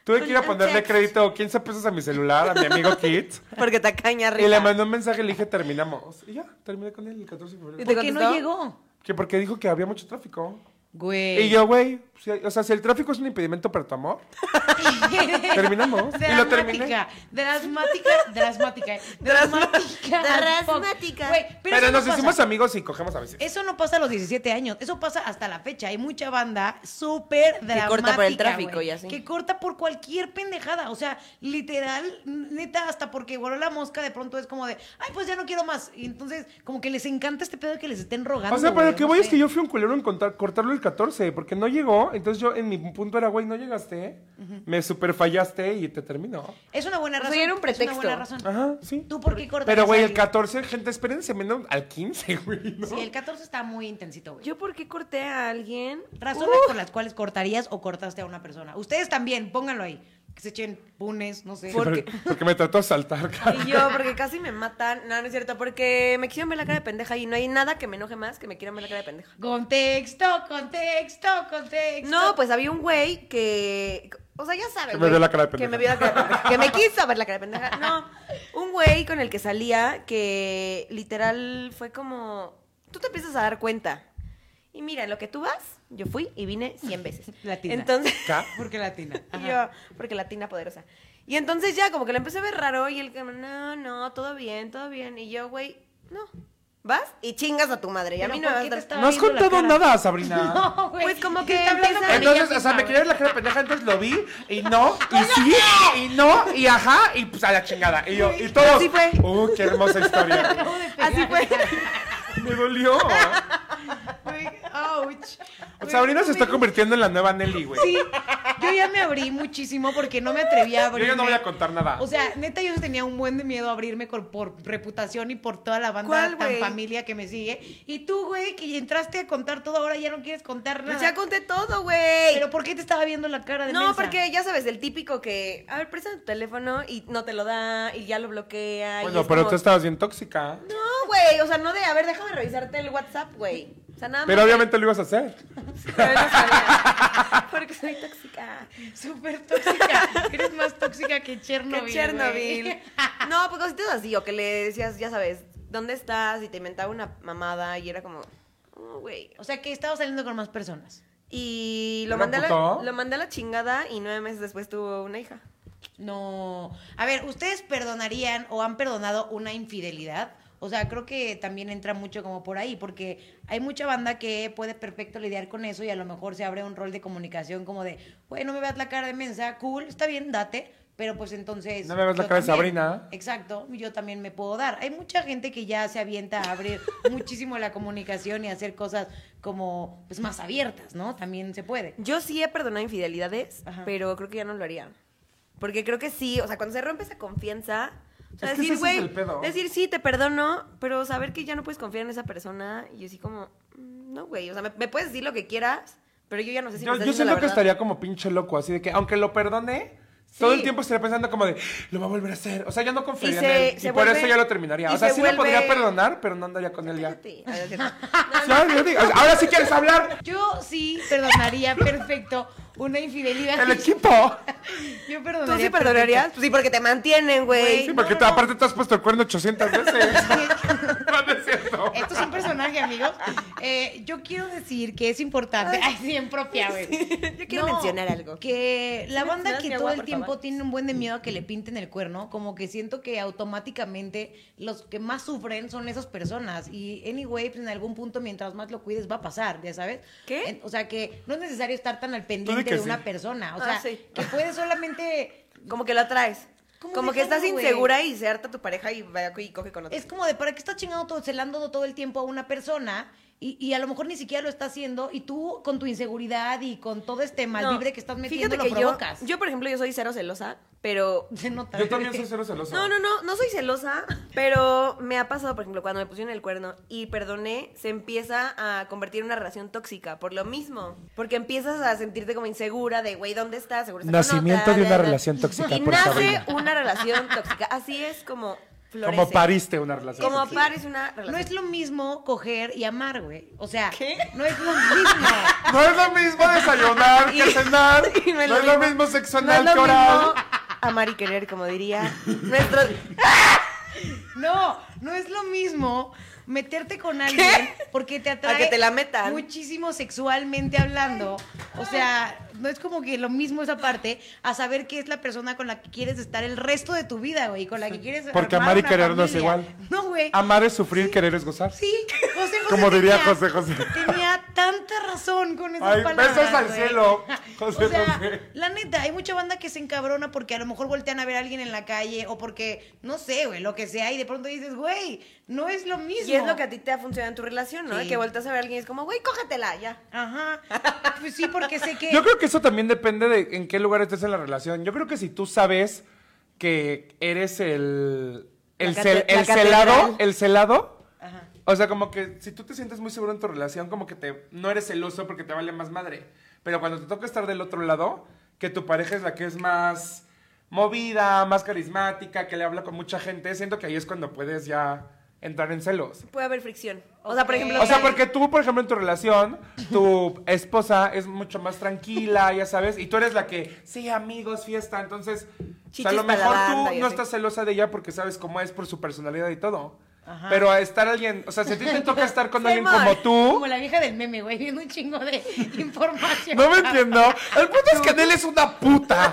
S3: Tuve que ir a
S2: Un
S3: ponerle
S2: text.
S3: crédito 15 pesos a mi celular, a mi amigo Kit.
S2: Porque te caña
S3: Y
S2: arriba.
S3: le mandé un mensaje y le dije, terminamos. Y ya, terminé con él el 14 de
S2: ¿Y
S3: febrero.
S2: te
S1: ¿Por qué no
S2: contestó?
S1: llegó?
S3: Que porque dijo que había mucho tráfico.
S1: Güey.
S3: Y yo, güey, si- o sea, si el tráfico es un impedimento para tu amor, terminamos. Y lo terminé.
S1: Dramática, dramática, dramática, dramática.
S2: Dramática.
S1: Güey,
S3: Pero,
S1: eso no
S3: nos
S1: pasa.
S3: hicimos amigos y cogemos a veces.
S1: Eso no pasa a los 17 años, eso pasa hasta la fecha. Hay mucha banda súper dramática.
S2: corta por
S1: güey,
S2: el tráfico y así.
S1: Que corta por cualquier pendejada. O sea, literal, neta, hasta porque voló la mosca, de pronto es como de, ay, pues ya no quiero más. Y entonces, como que les encanta este pedo de que les estén rogando.
S3: O sea, pero
S1: güey,
S3: lo que
S1: no
S3: voy es
S1: sé.
S3: que yo fui un culero en contar- cortarlo el 14, porque no llegó. Entonces yo, en mi punto era, güey, no llegaste, me super fallaste y te terminó.
S1: Es una buena
S2: O sea,
S1: razón.
S2: era un
S1: Es
S2: pretexto.
S1: una buena razón.
S3: Ajá, sí.
S1: ¿Tú por qué cortas?
S3: Pero, güey, el 14, gente, espérense, menos al 15, güey, ¿no?
S1: Sí, el 14 está muy intensito, güey.
S2: ¿Yo uh. por qué corté a alguien?
S1: Razones por las cuales cortarías o cortaste a una persona. Ustedes también, pónganlo ahí. Que se echen punes, no sé.
S3: Sí, pero- porque me trató de saltar,
S2: Uh, Y yo, porque casi me matan. No, no es cierto, porque me quisieron ver la cara de pendeja y no hay nada que me enoje más que me quieran ver la cara de pendeja.
S1: Contexto, contexto, contexto.
S2: No, pues había un güey que. O sea, ya sabes.
S3: Que me vio
S2: güey,
S3: la cara de
S2: Que me
S3: pendeja.
S2: vio la cara de pendeja. Que me quiso ver la cara de pendeja. No. Un güey con el que salía que literal fue como. Tú te empiezas a dar cuenta. Y mira, en lo que tú vas, yo fui y vine 100 veces.
S1: Latina.
S2: Entonces.
S3: ¿ca?
S1: Porque latina.
S2: Y yo, porque latina poderosa. Y entonces ya, como que lo empecé a ver raro y él como, no, no, todo bien, todo bien. Y yo, güey, no. Vas y chingas a tu madre. Y a
S1: Pero
S2: mí no
S1: ¿por
S2: me vas
S1: qué
S2: a
S1: te
S2: dar-
S1: estaba
S3: No has
S1: viendo la
S3: contado
S1: cara?
S3: nada, Sabrina.
S1: No, güey.
S2: Pues como
S1: Sí,
S2: que
S1: está hablando
S2: empieza-
S1: con ella pues,
S3: Entonces, o sea,
S1: misma,
S3: me quería ver la cara de pendeja, entonces lo vi y no, y sí, y no, y ajá, y pues a la chingada. Y yo, y todos.
S2: Así fue.
S3: Uh, qué hermosa historia.
S1: güey. Acabo de
S2: Así fue.
S3: Me dolió.
S1: Güey, ouch. Güey,
S3: Sabrina
S1: no
S3: se
S1: me-
S3: está convirtiendo en la nueva Nelly, güey.
S1: Sí, yo ya me abrí muchísimo porque no me atreví a
S3: Yo
S1: abrir.
S3: ya no voy a contar nada.
S1: O sea, neta, yo tenía un buen de miedo a abrirme con- por reputación y por toda la banda
S2: ¿Cuál,
S1: tan
S2: güey?
S1: familia que me sigue. Y tú, güey, que entraste a contar todo, ahora ya no quieres contar nada.
S2: Pues ya conté todo, güey.
S1: Pero ¿por qué te estaba viendo la cara de
S2: No,
S1: mensa?
S2: porque ya sabes, el típico que, a ver, presta tu teléfono y no te lo da y ya lo bloquea. y es
S3: bueno, pero
S2: como-
S3: tú estabas bien tóxica.
S2: No, güey, o sea, no de, a ver, déjame revisarte el WhatsApp, güey. O sea, nada más.
S3: Pero obviamente lo ibas a hacer.
S2: Pero no sabía, porque soy tóxica.
S1: Súper tóxica. Eres más tóxica que
S2: Que
S1: Chernobyl.
S2: Chernobyl.
S1: güey.
S2: No, pues cositas así, o que le decías, ya sabes, ¿dónde estás? Y te inventaba una mamada y era como, "Oh, güey.
S1: O sea, que estaba saliendo con más personas.
S2: y lo
S3: ¿Lo
S2: mandé, a la,
S3: amputó?
S2: lo mandé a la chingada y nueve meses después tuvo una hija.
S1: No. A ver, ¿ustedes perdonarían o han perdonado una infidelidad? O sea, creo que también entra mucho como por ahí, porque hay mucha banda que puede perfecto lidiar con eso y a lo mejor se abre un rol de comunicación como de, güey, no me veas la cara de mensa, cool, está bien, date, pero pues entonces...
S3: No me veas la
S1: yo
S3: cara de
S1: también".
S3: Sabrina.
S1: Exacto, yo también me puedo dar. Hay mucha gente que ya se avienta a abrir muchísimo la comunicación y hacer cosas como, pues, más abiertas, ¿no? También se puede.
S2: Yo sí he perdonado infidelidades,
S1: Ajá.
S2: pero creo que ya no lo haría. Porque creo que sí, o sea, cuando se rompe esa confianza, o sea,
S3: Es que
S2: decir,
S3: ese es el
S2: güey,
S3: pedo.
S2: decir sí, te perdono, pero saber que ya no puedes confiar en esa persona y así como, "Mm, no, güey, o sea, me, me puedes decir lo que quieras, pero yo ya no sé si me
S3: Yo,
S2: estás
S3: yo
S2: diciendo pues,
S3: siento
S2: la
S3: que
S2: verdad".
S3: estaría como pinche loco, así de que aunque lo perdone, todo
S1: Sí.
S3: el tiempo estaría pensando como de, lo va a volver a hacer. O sea, ya no confiaría
S2: Y se-
S3: en él.
S2: se
S3: y por
S2: vuelve-
S3: eso ya lo terminaría.
S2: y
S3: O sea,
S2: se
S3: sí lo
S2: vuelve-
S3: podría perdonar, pero no andaría con él ya.
S2: Cállate. Ah, no es cierto.
S3: Ya, yo digo, Ahora sí quieres hablar.
S1: Yo sí perdonaría perfecto una infidelidad.
S3: El equipo.
S1: Yo perdonaría.
S2: ¿Tú sí perdonarías? Pues sí, porque te mantienen, güey.
S3: Sí, porque te- aparte te has puesto el cuerno 800 veces. no, no es cierto.
S1: perfecto. Esto es un personaje, amigos. Eh, yo quiero decir que es importante. Ay, sí, en propia, güey.
S2: Yo quiero mencionar algo.
S1: Que la
S2: Sí,
S1: banda
S2: mencionas
S1: que
S2: mi
S1: todo
S2: agua,
S1: el
S2: por
S1: tiempo
S2: favor.
S1: tiene un buen de miedo a que le pinten el cuerno, como que siento que automáticamente los que más sufren son esas personas. Y anyway, pues en algún punto, mientras más lo cuides, va a pasar, ¿ya sabes?
S2: ¿Qué?
S1: En- o sea, que no es necesario estar tan al
S3: di
S1: pendiente
S3: que
S1: de
S3: sí.
S1: una persona. O sea,
S2: Ah, sí.
S1: que puedes solamente
S2: Como que lo atraes.
S1: ¿Cómo
S2: Como que
S1: dejarlo,
S2: estás
S1: güey?
S2: insegura y se harta tu pareja y va y coge con otro.
S1: Es como de, ¿para qué estás chingando todo, celando todo el tiempo a una persona? Y, y a lo mejor ni siquiera lo está haciendo y tú con tu inseguridad y con todo este mal
S2: No,
S1: libre que estás metiendo
S2: fíjate
S1: lo
S2: que yo-
S1: provocas.
S2: Yo, por ejemplo, yo soy cero celosa, pero...
S1: Se nota.
S3: Yo también soy cero celoso.
S2: No, no, no, no soy celosa, pero me ha pasado, por ejemplo, cuando me pusieron el cuerno y perdoné, se empieza a convertir en una relación tóxica, por lo mismo. Porque empiezas a sentirte como insegura de, güey, ¿dónde estás? Seguro está con
S3: Nacimiento
S2: otra,
S3: de una
S2: bla, bla.
S3: relación tóxica,
S2: Y
S3: por
S2: nace
S3: Sabrina.
S2: una relación tóxica. Así es como florece.
S3: Como pariste una relación.
S2: Como
S3: tóxica.
S2: parece una relación
S1: No es lo mismo coger y amar, güey. O sea,
S2: ¿Qué?
S1: no es lo mismo.
S3: No es lo mismo desayunar que cenar.
S2: Y
S3: No es lo mismo sexo anal
S2: no
S3: que
S2: es lo
S3: oral.
S2: mismo Amar y querer, como diría nuestro.
S1: No, no es lo mismo meterte con alguien porque te atrae
S2: A que te la metan.
S1: muchísimo sexualmente hablando. O sea, no es como que lo mismo esa parte a saber que es la persona con la que quieres estar el resto de tu vida, güey, con la que quieres
S3: Porque
S1: armar
S3: amar y
S1: una
S3: querer no es
S1: familia.
S3: igual.
S1: No, güey.
S3: Amar es sufrir, querer es gozar.
S1: Sí, José José
S3: Como diría
S1: tenía-
S3: José José.
S1: Tenía tanta razón con esas
S3: Ay,
S1: palabras.
S3: besos al
S1: güey.
S3: cielo, José
S1: o sea,
S3: José.
S1: la neta, hay mucha banda que se encabrona porque a lo mejor voltean a ver a alguien en la calle o porque, no sé, güey, lo que sea, y de pronto dices, güey, no es lo mismo.
S2: Y es lo que a ti te ha funcionado en tu relación, ¿no?
S1: Sí.
S2: Que volteas a ver a alguien y es como, güey, cógetela, ya.
S1: Ajá. Pues sí, porque sé que.
S3: Yo creo que eso también depende de en qué lugar estés en la relación. Yo creo que si tú sabes que eres el el,
S2: La
S3: cel-
S2: cate- la
S3: el celado,
S2: catedral.
S3: el celado,
S1: Ajá.
S3: o sea, como que si tú te sientes muy seguro en tu relación, como que te no eres celoso porque te vale más madre. Pero cuando te toca estar del otro lado, que tu pareja es la que es más movida, más carismática, que le habla con mucha gente, siento que ahí es cuando puedes ya entrar en celos.
S2: Puede haber fricción. O sea, por
S1: Ok.
S2: ejemplo.
S3: O sea,
S2: tal-
S3: porque tú, por ejemplo, en tu relación, tu esposa es mucho más tranquila, ya sabes, y tú eres la que, sí, amigos, fiesta, entonces, o sea, a
S2: Chichis
S3: lo
S2: pa' la
S3: mejor
S2: banda
S3: tú
S2: y
S3: no
S2: así.
S3: estás celosa de ella porque sabes cómo es por su personalidad y todo. Pero a estar alguien, o sea, si a ti te toca estar con
S2: Sí,
S3: alguien
S2: amor.
S3: como tú,
S1: Como la vieja del meme, güey, viendo un chingo de información.
S3: no me entiendo. El punto es que Nel es una puta.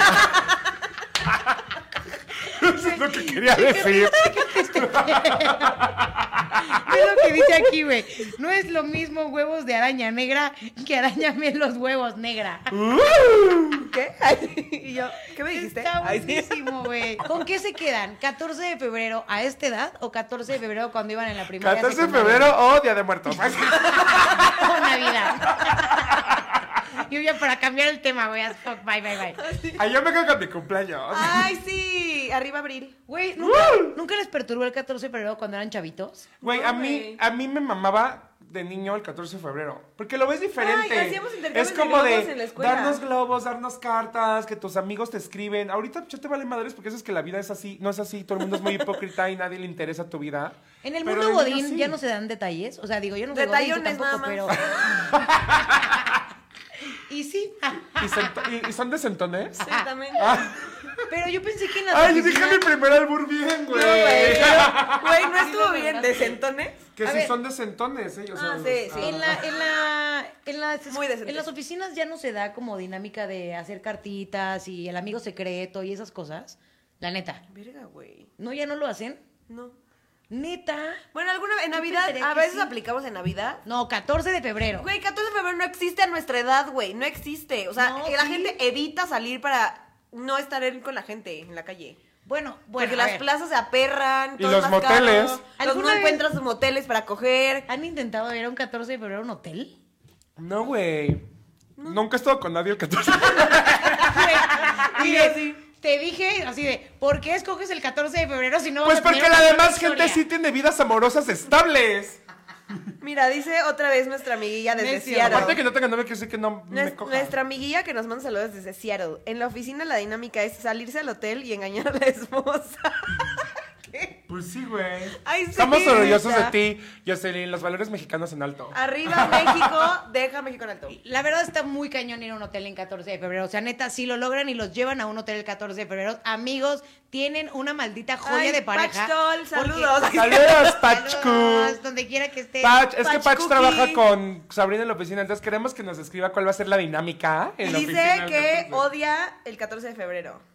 S3: Eso es lo que quería decir.
S1: Es lo que dice aquí, güey. No es lo mismo huevos de araña negra que arañame los huevos negra.
S2: ¿Qué? Ay, y yo, ¿qué me dijiste?
S1: Está
S2: Ay, sí.
S1: buenísimo, güey. ¿Con qué se quedan? ¿14 de febrero a esta edad o 14 de febrero cuando iban en la primera
S3: 14 de febrero o Día de Muertos.
S1: o Navidad? Yo ya para cambiar el tema, güey. as fuck, Bye, bye, bye.
S3: Ay, yo me quedo con mi cumpleaños.
S2: Ay, sí. Arriba abril.
S1: Güey, ¿nunca, ¿nunca les perturbó el 14 de febrero cuando eran chavitos?
S3: Güey,
S2: No,
S3: a mí,
S2: güey.
S3: a mí me mamaba de niño el 14 de febrero. Porque lo ves diferente.
S2: Ay, hacíamos intercambios
S3: es como
S2: de
S3: de,
S2: globos en la escuela.
S3: darnos globos, darnos cartas, que tus amigos te escriben. Ahorita ya te vale madres porque eso es que la vida es así, no es así, todo el mundo es muy hipócrita y nadie le interesa tu vida.
S1: En el
S3: Pero
S1: mundo
S3: de niño
S1: godín
S3: sí.
S1: ya no se dan detalles. O sea, digo, yo no soy godín, tú
S2: Detallones
S1: tampoco, pero...
S2: nada más.
S1: y sí,
S3: ¿Y, sento- y- y son de sentones?
S2: Exactamente.
S1: pero yo pensé que en las
S3: Ay, yo dije
S1: oficinas-
S3: mi primer albur bien, güey.
S2: Güey, güey, no
S1: lo
S2: estuvo bien.
S1: lograste.
S2: ¿De centones?
S3: que
S1: A
S3: si
S1: ver.
S3: son de ¿eh? sentones ellos.
S2: Ah,
S3: son-
S2: sí, sí.
S1: En, la, en, la, en, las,
S2: Muy decente.
S1: en las oficinas ya no se da como dinámica de hacer cartitas y el amigo secreto y esas cosas. La neta.
S2: Verga, güey.
S1: ¿No ya no lo hacen?
S2: No.
S1: Neta.
S2: Bueno, alguna vez, en
S1: Yo
S2: Navidad,
S1: pensaría
S2: a
S1: que
S2: veces
S1: sí.
S2: aplicamos en Navidad.
S1: No, 14 de febrero.
S2: Güey, 14 de febrero no existe a nuestra edad, güey. No existe. O sea,
S1: No,
S2: la
S1: sí.
S2: gente evita salir para no estar en- con la gente en la calle.
S1: Bueno, bueno.
S2: Porque
S1: a
S2: las
S1: ver,
S2: plazas se aperran.
S3: Y
S2: todo
S3: los
S2: es más caro,
S3: moteles.
S2: Los
S1: ¿Alguna
S2: no
S1: vez-
S2: encuentras sus moteles para coger.
S1: ¿Han intentado ir a un 14 de febrero a un hotel?
S3: No, güey. Nunca he estado con nadie el 14 de febrero.
S1: Güey,
S2: Y
S1: miren,
S2: así.
S1: Te dije así de, ¿por qué escoges el 14 de febrero si no vas a
S3: Pues
S1: tener
S3: porque
S1: una
S3: la demás gente
S1: historia?
S3: sí tiene vidas amorosas estables.
S2: Mira, dice otra vez nuestra amiguilla desde
S1: Necio.
S2: Seattle.
S3: Aparte que no tenga novia, quiere decir que no me
S2: Nues-
S3: coja.
S2: Nuestra amiguilla que nos manda saludos desde Seattle. En la oficina la dinámica es salirse al hotel y engañar a la esposa.
S3: Pues sí, güey.
S2: Ay, sí,
S3: Estamos orgullosos de
S2: neta. Ah,
S3: ti, Jocelyn. Los valores mexicanos en alto.
S2: Arriba México, deja México en alto.
S1: La verdad está muy cañón ir a un hotel en 14 de febrero. O sea, neta, si lo logran y los llevan a un hotel el 14 de febrero, amigos, tienen una maldita joya
S2: Ay,
S1: de pareja.
S2: Pach Tol,
S1: porque-
S2: saludos.
S3: Saludos,
S1: Saludos,
S3: Pachku.
S1: donde quiera que estés.
S3: Pach, es que
S2: Pach
S3: Pach
S2: Cookie.
S3: trabaja con Sabrina en la oficina, entonces queremos que nos escriba cuál va a ser la dinámica.
S2: Y
S3: en la
S2: dice
S3: oficina.
S2: que
S3: Entonces,
S2: odia el 14 de febrero.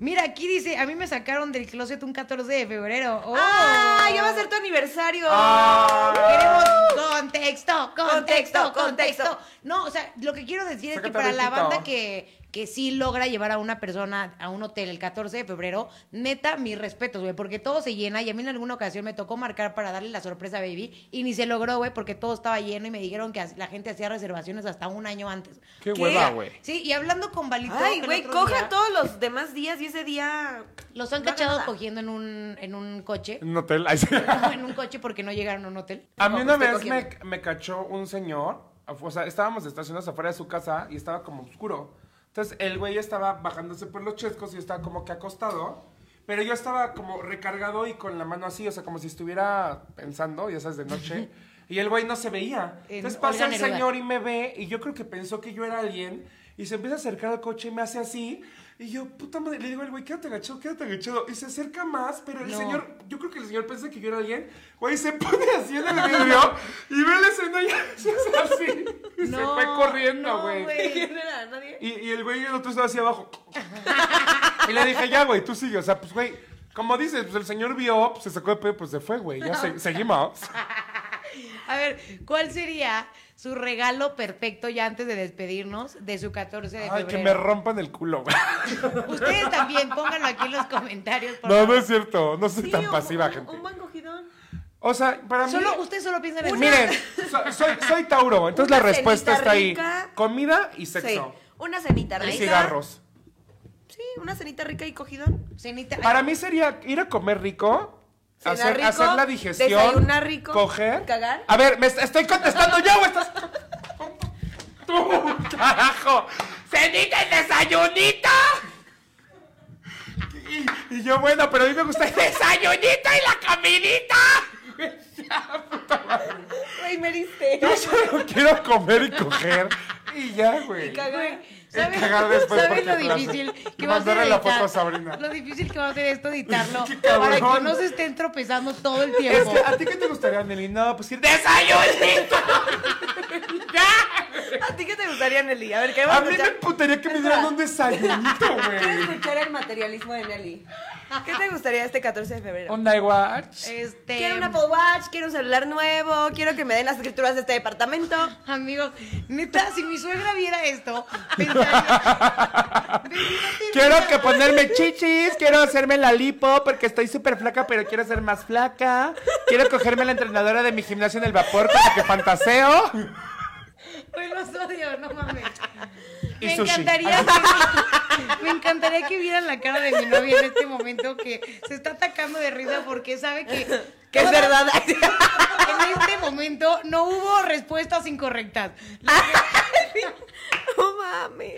S1: Mira, aquí dice, a mí me sacaron del closet un 14 de febrero. Oh.
S2: ¡Ah! Ya va a ser tu aniversario.
S3: Ah.
S1: Queremos
S2: ¡Ah!
S1: contexto, contexto, contexto. No, o sea, lo que quiero decir es que
S3: Sácate
S1: para la
S3: tantito.
S1: banda que, que sí logra llevar a una persona a un hotel el 14 de febrero, neta, mis respetos, güey, porque todo se llena y a mí en alguna ocasión me tocó marcar para darle la sorpresa a Baby y ni se logró, güey, porque todo estaba lleno y me dijeron que la gente hacía reservaciones hasta un año antes.
S3: Qué
S2: ¿Qué?
S3: hueva, güey.
S1: Sí, y hablando con Valito.
S2: Ay,
S1: el
S2: güey,
S1: otro
S2: coja
S1: día,
S2: todos los demás días y ese día.
S1: Los han
S2: no haga
S1: cachado
S2: nada.
S1: cogiendo en un, en un coche.
S3: En un hotel. Ay, sí.
S1: en un coche porque no pues, llegaron a un hotel.
S3: A mí una
S2: estoy
S3: vez me,
S2: cogiendo.
S3: me cachó un señor, afu- o sea, estábamos estacionados afuera de su casa y estaba como oscuro. Entonces el güey estaba bajándose por los chescos y estaba como que acostado, pero yo estaba como recargado y con la mano así, o sea, como si estuviera pensando, ya sabes, de noche. Y el güey no se veía.
S1: En
S3: Entonces
S1: Olga
S3: pasa el
S1: Neruda.
S3: señor y me ve y yo creo que pensó que yo era alguien y se empieza a acercar al coche y me hace así. Y yo, puta madre, le digo al güey, quédate agachado, quédate agachado. Y se acerca más, pero el
S1: No.
S3: señor, yo creo que el señor piensa que yo era alguien. Güey, se pone así en el vidrio y ve la escena y se hace así. Y se
S1: No,
S3: fue corriendo,
S2: No,
S3: güey.
S2: ¿Quién era? ¿Nadie?
S3: Y, y el güey y el otro estaba hacia abajo. Y le dije, ya, güey, tú sigue. O sea, pues, güey, como dices, pues el señor vio, pues, se sacó de pedo, pues se fue, güey. Ya se- seguimos.
S1: A ver, ¿cuál sería su regalo perfecto ya antes de despedirnos de su 14 de
S3: Ay,
S1: febrero?
S3: que me rompan el culo, güey.
S1: Ustedes también pónganlo aquí en los comentarios, por
S3: No, no
S1: favor.
S3: es cierto. No soy
S2: Sí,
S3: tan
S2: un-
S3: pasiva,
S2: un-
S3: gente.
S2: Un buen cogidón.
S3: O sea, para mí.
S1: Solo, ustedes solo piensan en
S3: Miren, so- soy, soy Tauro, entonces
S2: Una
S3: la respuesta
S2: cenita
S3: está ahí.
S2: rica.
S3: Comida y
S2: Sí.
S3: sexo.
S2: Una cenita rica.
S3: Y cigarros.
S2: Sí, una cenita rica y cogidón.
S1: Cenita.
S3: Para mí sería ir a comer rico.
S2: Cenar
S3: Hacer,
S2: rico,
S3: hacer la digestión.
S2: desayunar rico,
S3: Coger.
S2: cagar.
S3: A ver, me est- estoy contestando yo, güey, estás. ¡Tú, carajo! ¡Cenita y desayunita! Y, y yo, bueno, pero a mí me gusta el desayunita y la caminita.
S2: Güey, meriste.
S3: Yo solo quiero comer y coger. Y ya, güey.
S2: Cagar.
S1: ¿Sabes,
S3: cagar después
S1: ¿sabes
S3: porque
S1: lo difícil
S3: atrás.
S1: que va a ser
S3: Mandarle la
S1: editar?
S3: foto a Sabrina.
S1: Lo difícil que va a ser esto editarlo
S3: Qué
S1: para que
S3: cabrón.
S1: no se estén tropezando todo el
S3: Es
S1: tiempo.
S3: que, ¿A ti qué te gustaría, Nelly? No, pues ir desayunita.
S2: ¿A ti qué te gustaría, Nelly? A ver, ¿qué
S3: A
S2: vamos
S3: mí
S2: a
S3: me
S2: escuchar?
S3: putaría que me dieran un desayunito, güey.
S2: escuchar el materialismo de Nelly. ¿Qué te gustaría este 14 de febrero?
S3: Un iWatch.
S1: Este,
S2: Quiero un Apple Watch, quiero un celular nuevo, quiero que me den las escrituras de este departamento.
S1: Amigo, neta, si mi suegra viera esto, pensaría... Bendito
S3: Quiero
S1: Dios.
S3: que ponerme chichis, quiero hacerme la lipo porque estoy súper flaca, pero quiero ser más flaca. Quiero cogerme a la entrenadora de mi gimnasio en el vapor para que fantaseo.
S1: Güey, los odio, no mames.
S3: Y
S1: Me
S3: sushi.
S1: encantaría, que, me encantaría que vieran la cara de mi novia en este momento que se está atacando de risa porque sabe que
S2: Que es
S1: todas-
S2: verdad.
S1: En este momento no hubo respuestas incorrectas.
S2: No mames.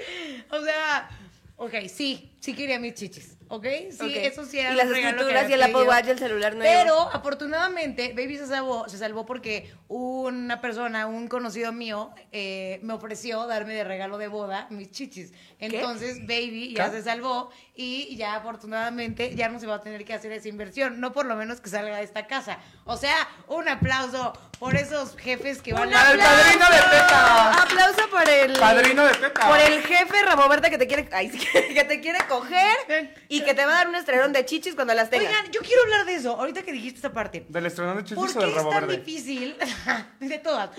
S1: O sea, ok, sí, sí quería mis chichis, ¿ok? Sí,
S2: Ok.
S1: eso sí era
S2: Y las
S1: un regalo que
S2: escrituras
S1: había
S2: y el Apple
S1: pedido.
S2: Watch y el celular nuevo.
S1: Pero afortunadamente, Baby se salvó, se salvó porque una persona, un conocido mío, eh, me ofreció darme de regalo de boda mis chichis. Entonces, Baby ya
S3: ¿Qué?
S1: se salvó y ya afortunadamente ya no se va a tener que hacer esa inversión. No por lo menos que salga de esta casa. O sea, un aplauso por esos jefes que van
S3: Para el padrino de Teta.
S2: Aplauso por el
S3: Padrino de teta.
S2: Por el jefe Ramoberta que te quiere ay, sí, que te quiere coger
S1: Ven.
S2: y que te va a dar un estrellón de chichis cuando las tengas.
S1: Oigan, yo quiero hablar de eso, ahorita que dijiste esa parte.
S3: ¿Del estrenón de chichis
S1: ¿Por
S3: o
S1: qué
S3: del
S1: es
S3: rabo
S1: tan
S3: verde?
S1: difícil? de todas.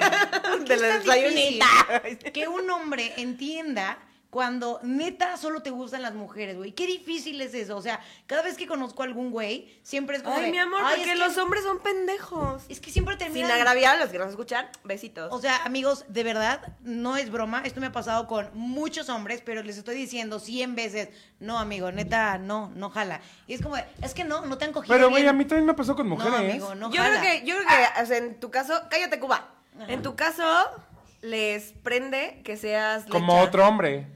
S2: de la
S1: es tan difícil
S2: desayunita.
S1: que un hombre entienda cuando neta solo te gustan las mujeres, güey. Qué difícil es eso. O sea, cada vez que conozco a algún güey, siempre es como.
S2: Ay,
S1: de,
S2: mi amor,
S1: "Ay,
S2: porque
S1: es que-
S2: los hombres son pendejos.
S1: Es que siempre terminan.
S2: Sin agraviar a los que nos escuchan, besitos.
S1: O sea, amigos, de verdad, no es broma. Esto me ha pasado con muchos hombres, pero les estoy diciendo 100 veces, no, amigo, neta, no, no jala. Y es como, de, es que no, no te han cogido.
S3: Pero, güey,
S1: bien".
S3: a mí también me pasó con
S1: No,
S3: mujeres.
S1: amigo, no
S2: ¿eh? yo
S1: jala.
S2: creo que, yo creo que, o sea, en tu caso, cállate Cuba. En tu caso, les prende que seas
S3: Como
S2: lecha.
S3: otro hombre.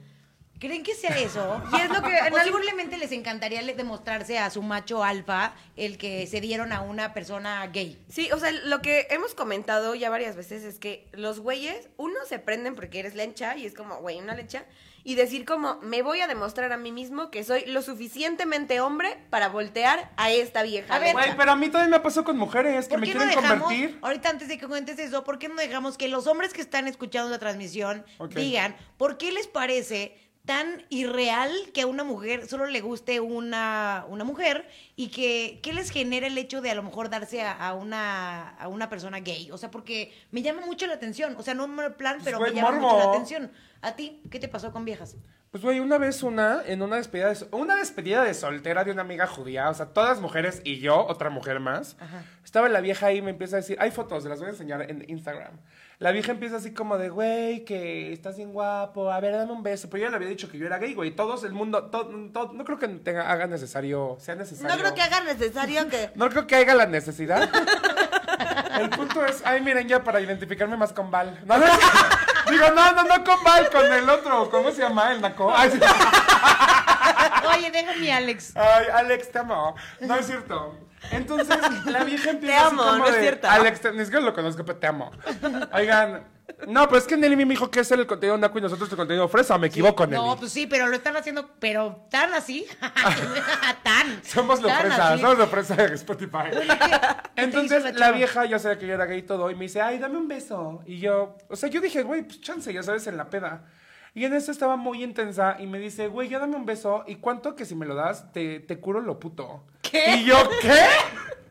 S1: ¿Creen que sea eso?
S2: Y es lo que en
S1: O
S2: algún-
S1: simplemente les encantaría le- demostrarse a su macho alfa el que se dieron a una persona gay.
S2: Sí, o sea, lo que hemos comentado ya varias veces es que los güeyes, uno se prenden porque eres lencha y es como, güey, una lencha. Y decir como, me voy a demostrar a mí mismo que soy lo suficientemente hombre para voltear a esta vieja.
S1: A ver,
S2: lencha".
S3: Güey, pero a mí también me pasó con mujeres que
S1: ¿Por
S3: me
S1: qué no
S3: quieren
S1: dejamos,
S3: convertir.
S1: ahorita antes de que cuentes eso, por qué no dejamos que los hombres que están escuchando la transmisión
S3: Ok.
S1: digan por qué les parece tan irreal que a una mujer solo le guste una, una mujer y que qué les genera el hecho de a lo mejor darse a, a una, a una persona gay? O sea, porque me llama mucho la atención. O sea, no mal plan, pero
S3: Pues, güey,
S1: me llama
S3: morbo.
S1: mucho la atención. ¿A ti qué te pasó con viejas?
S3: Pues, güey, una vez una, en una despedida de, so- una despedida de soltera de una amiga judía, o sea, todas mujeres y yo, otra mujer más, estaba la vieja ahí y me empieza a decir, hay fotos, las voy a enseñar en Instagram. La vieja empieza así como de, güey, que estás bien guapo, a ver, dame un beso. Pero yo le había dicho que yo era gay, güey, todos, el mundo, to- to- no creo que tenga, haga necesario, sea necesario.
S2: haga necesario que...
S3: No creo que haya la necesidad. El punto es, ay, miren, ya para identificarme más con Val. No, no, digo, no, no, no con Val, con el otro. ¿Cómo se llama? El Naco. Ay, sí.
S1: Ah, Oye, deja mi Alex.
S3: Ay, Alex, te amo. No es cierto. Entonces, la vieja empieza
S2: Te
S3: así
S2: amo,
S3: como
S2: no es
S3: de,
S2: cierto.
S3: Alex, te- ni siquiera lo conozco, pero te amo. Oigan, No, pero es que Nelly me dijo que es el contenido naco y nosotros el contenido fresa. Me equivoco, Nelly.
S1: No, pues sí, pero lo están haciendo, pero tan así. tan.
S3: Somos la
S1: tan
S3: fresa,
S1: así.
S3: somos la fresa de Spotify.
S1: te hizo la
S3: Entonces la
S1: chava?
S3: vieja ya sabía que yo era gay y todo y me dice, ay, dame un beso. Y yo, o sea, yo dije, güey, pues chance, ya sabes, en la peda. Y en eso estaba muy intensa y me dice, güey, ya dame un beso. ¿Y cuánto que si me lo das, te, te curo lo puto?
S1: ¿Qué?
S3: Y yo, ¿qué?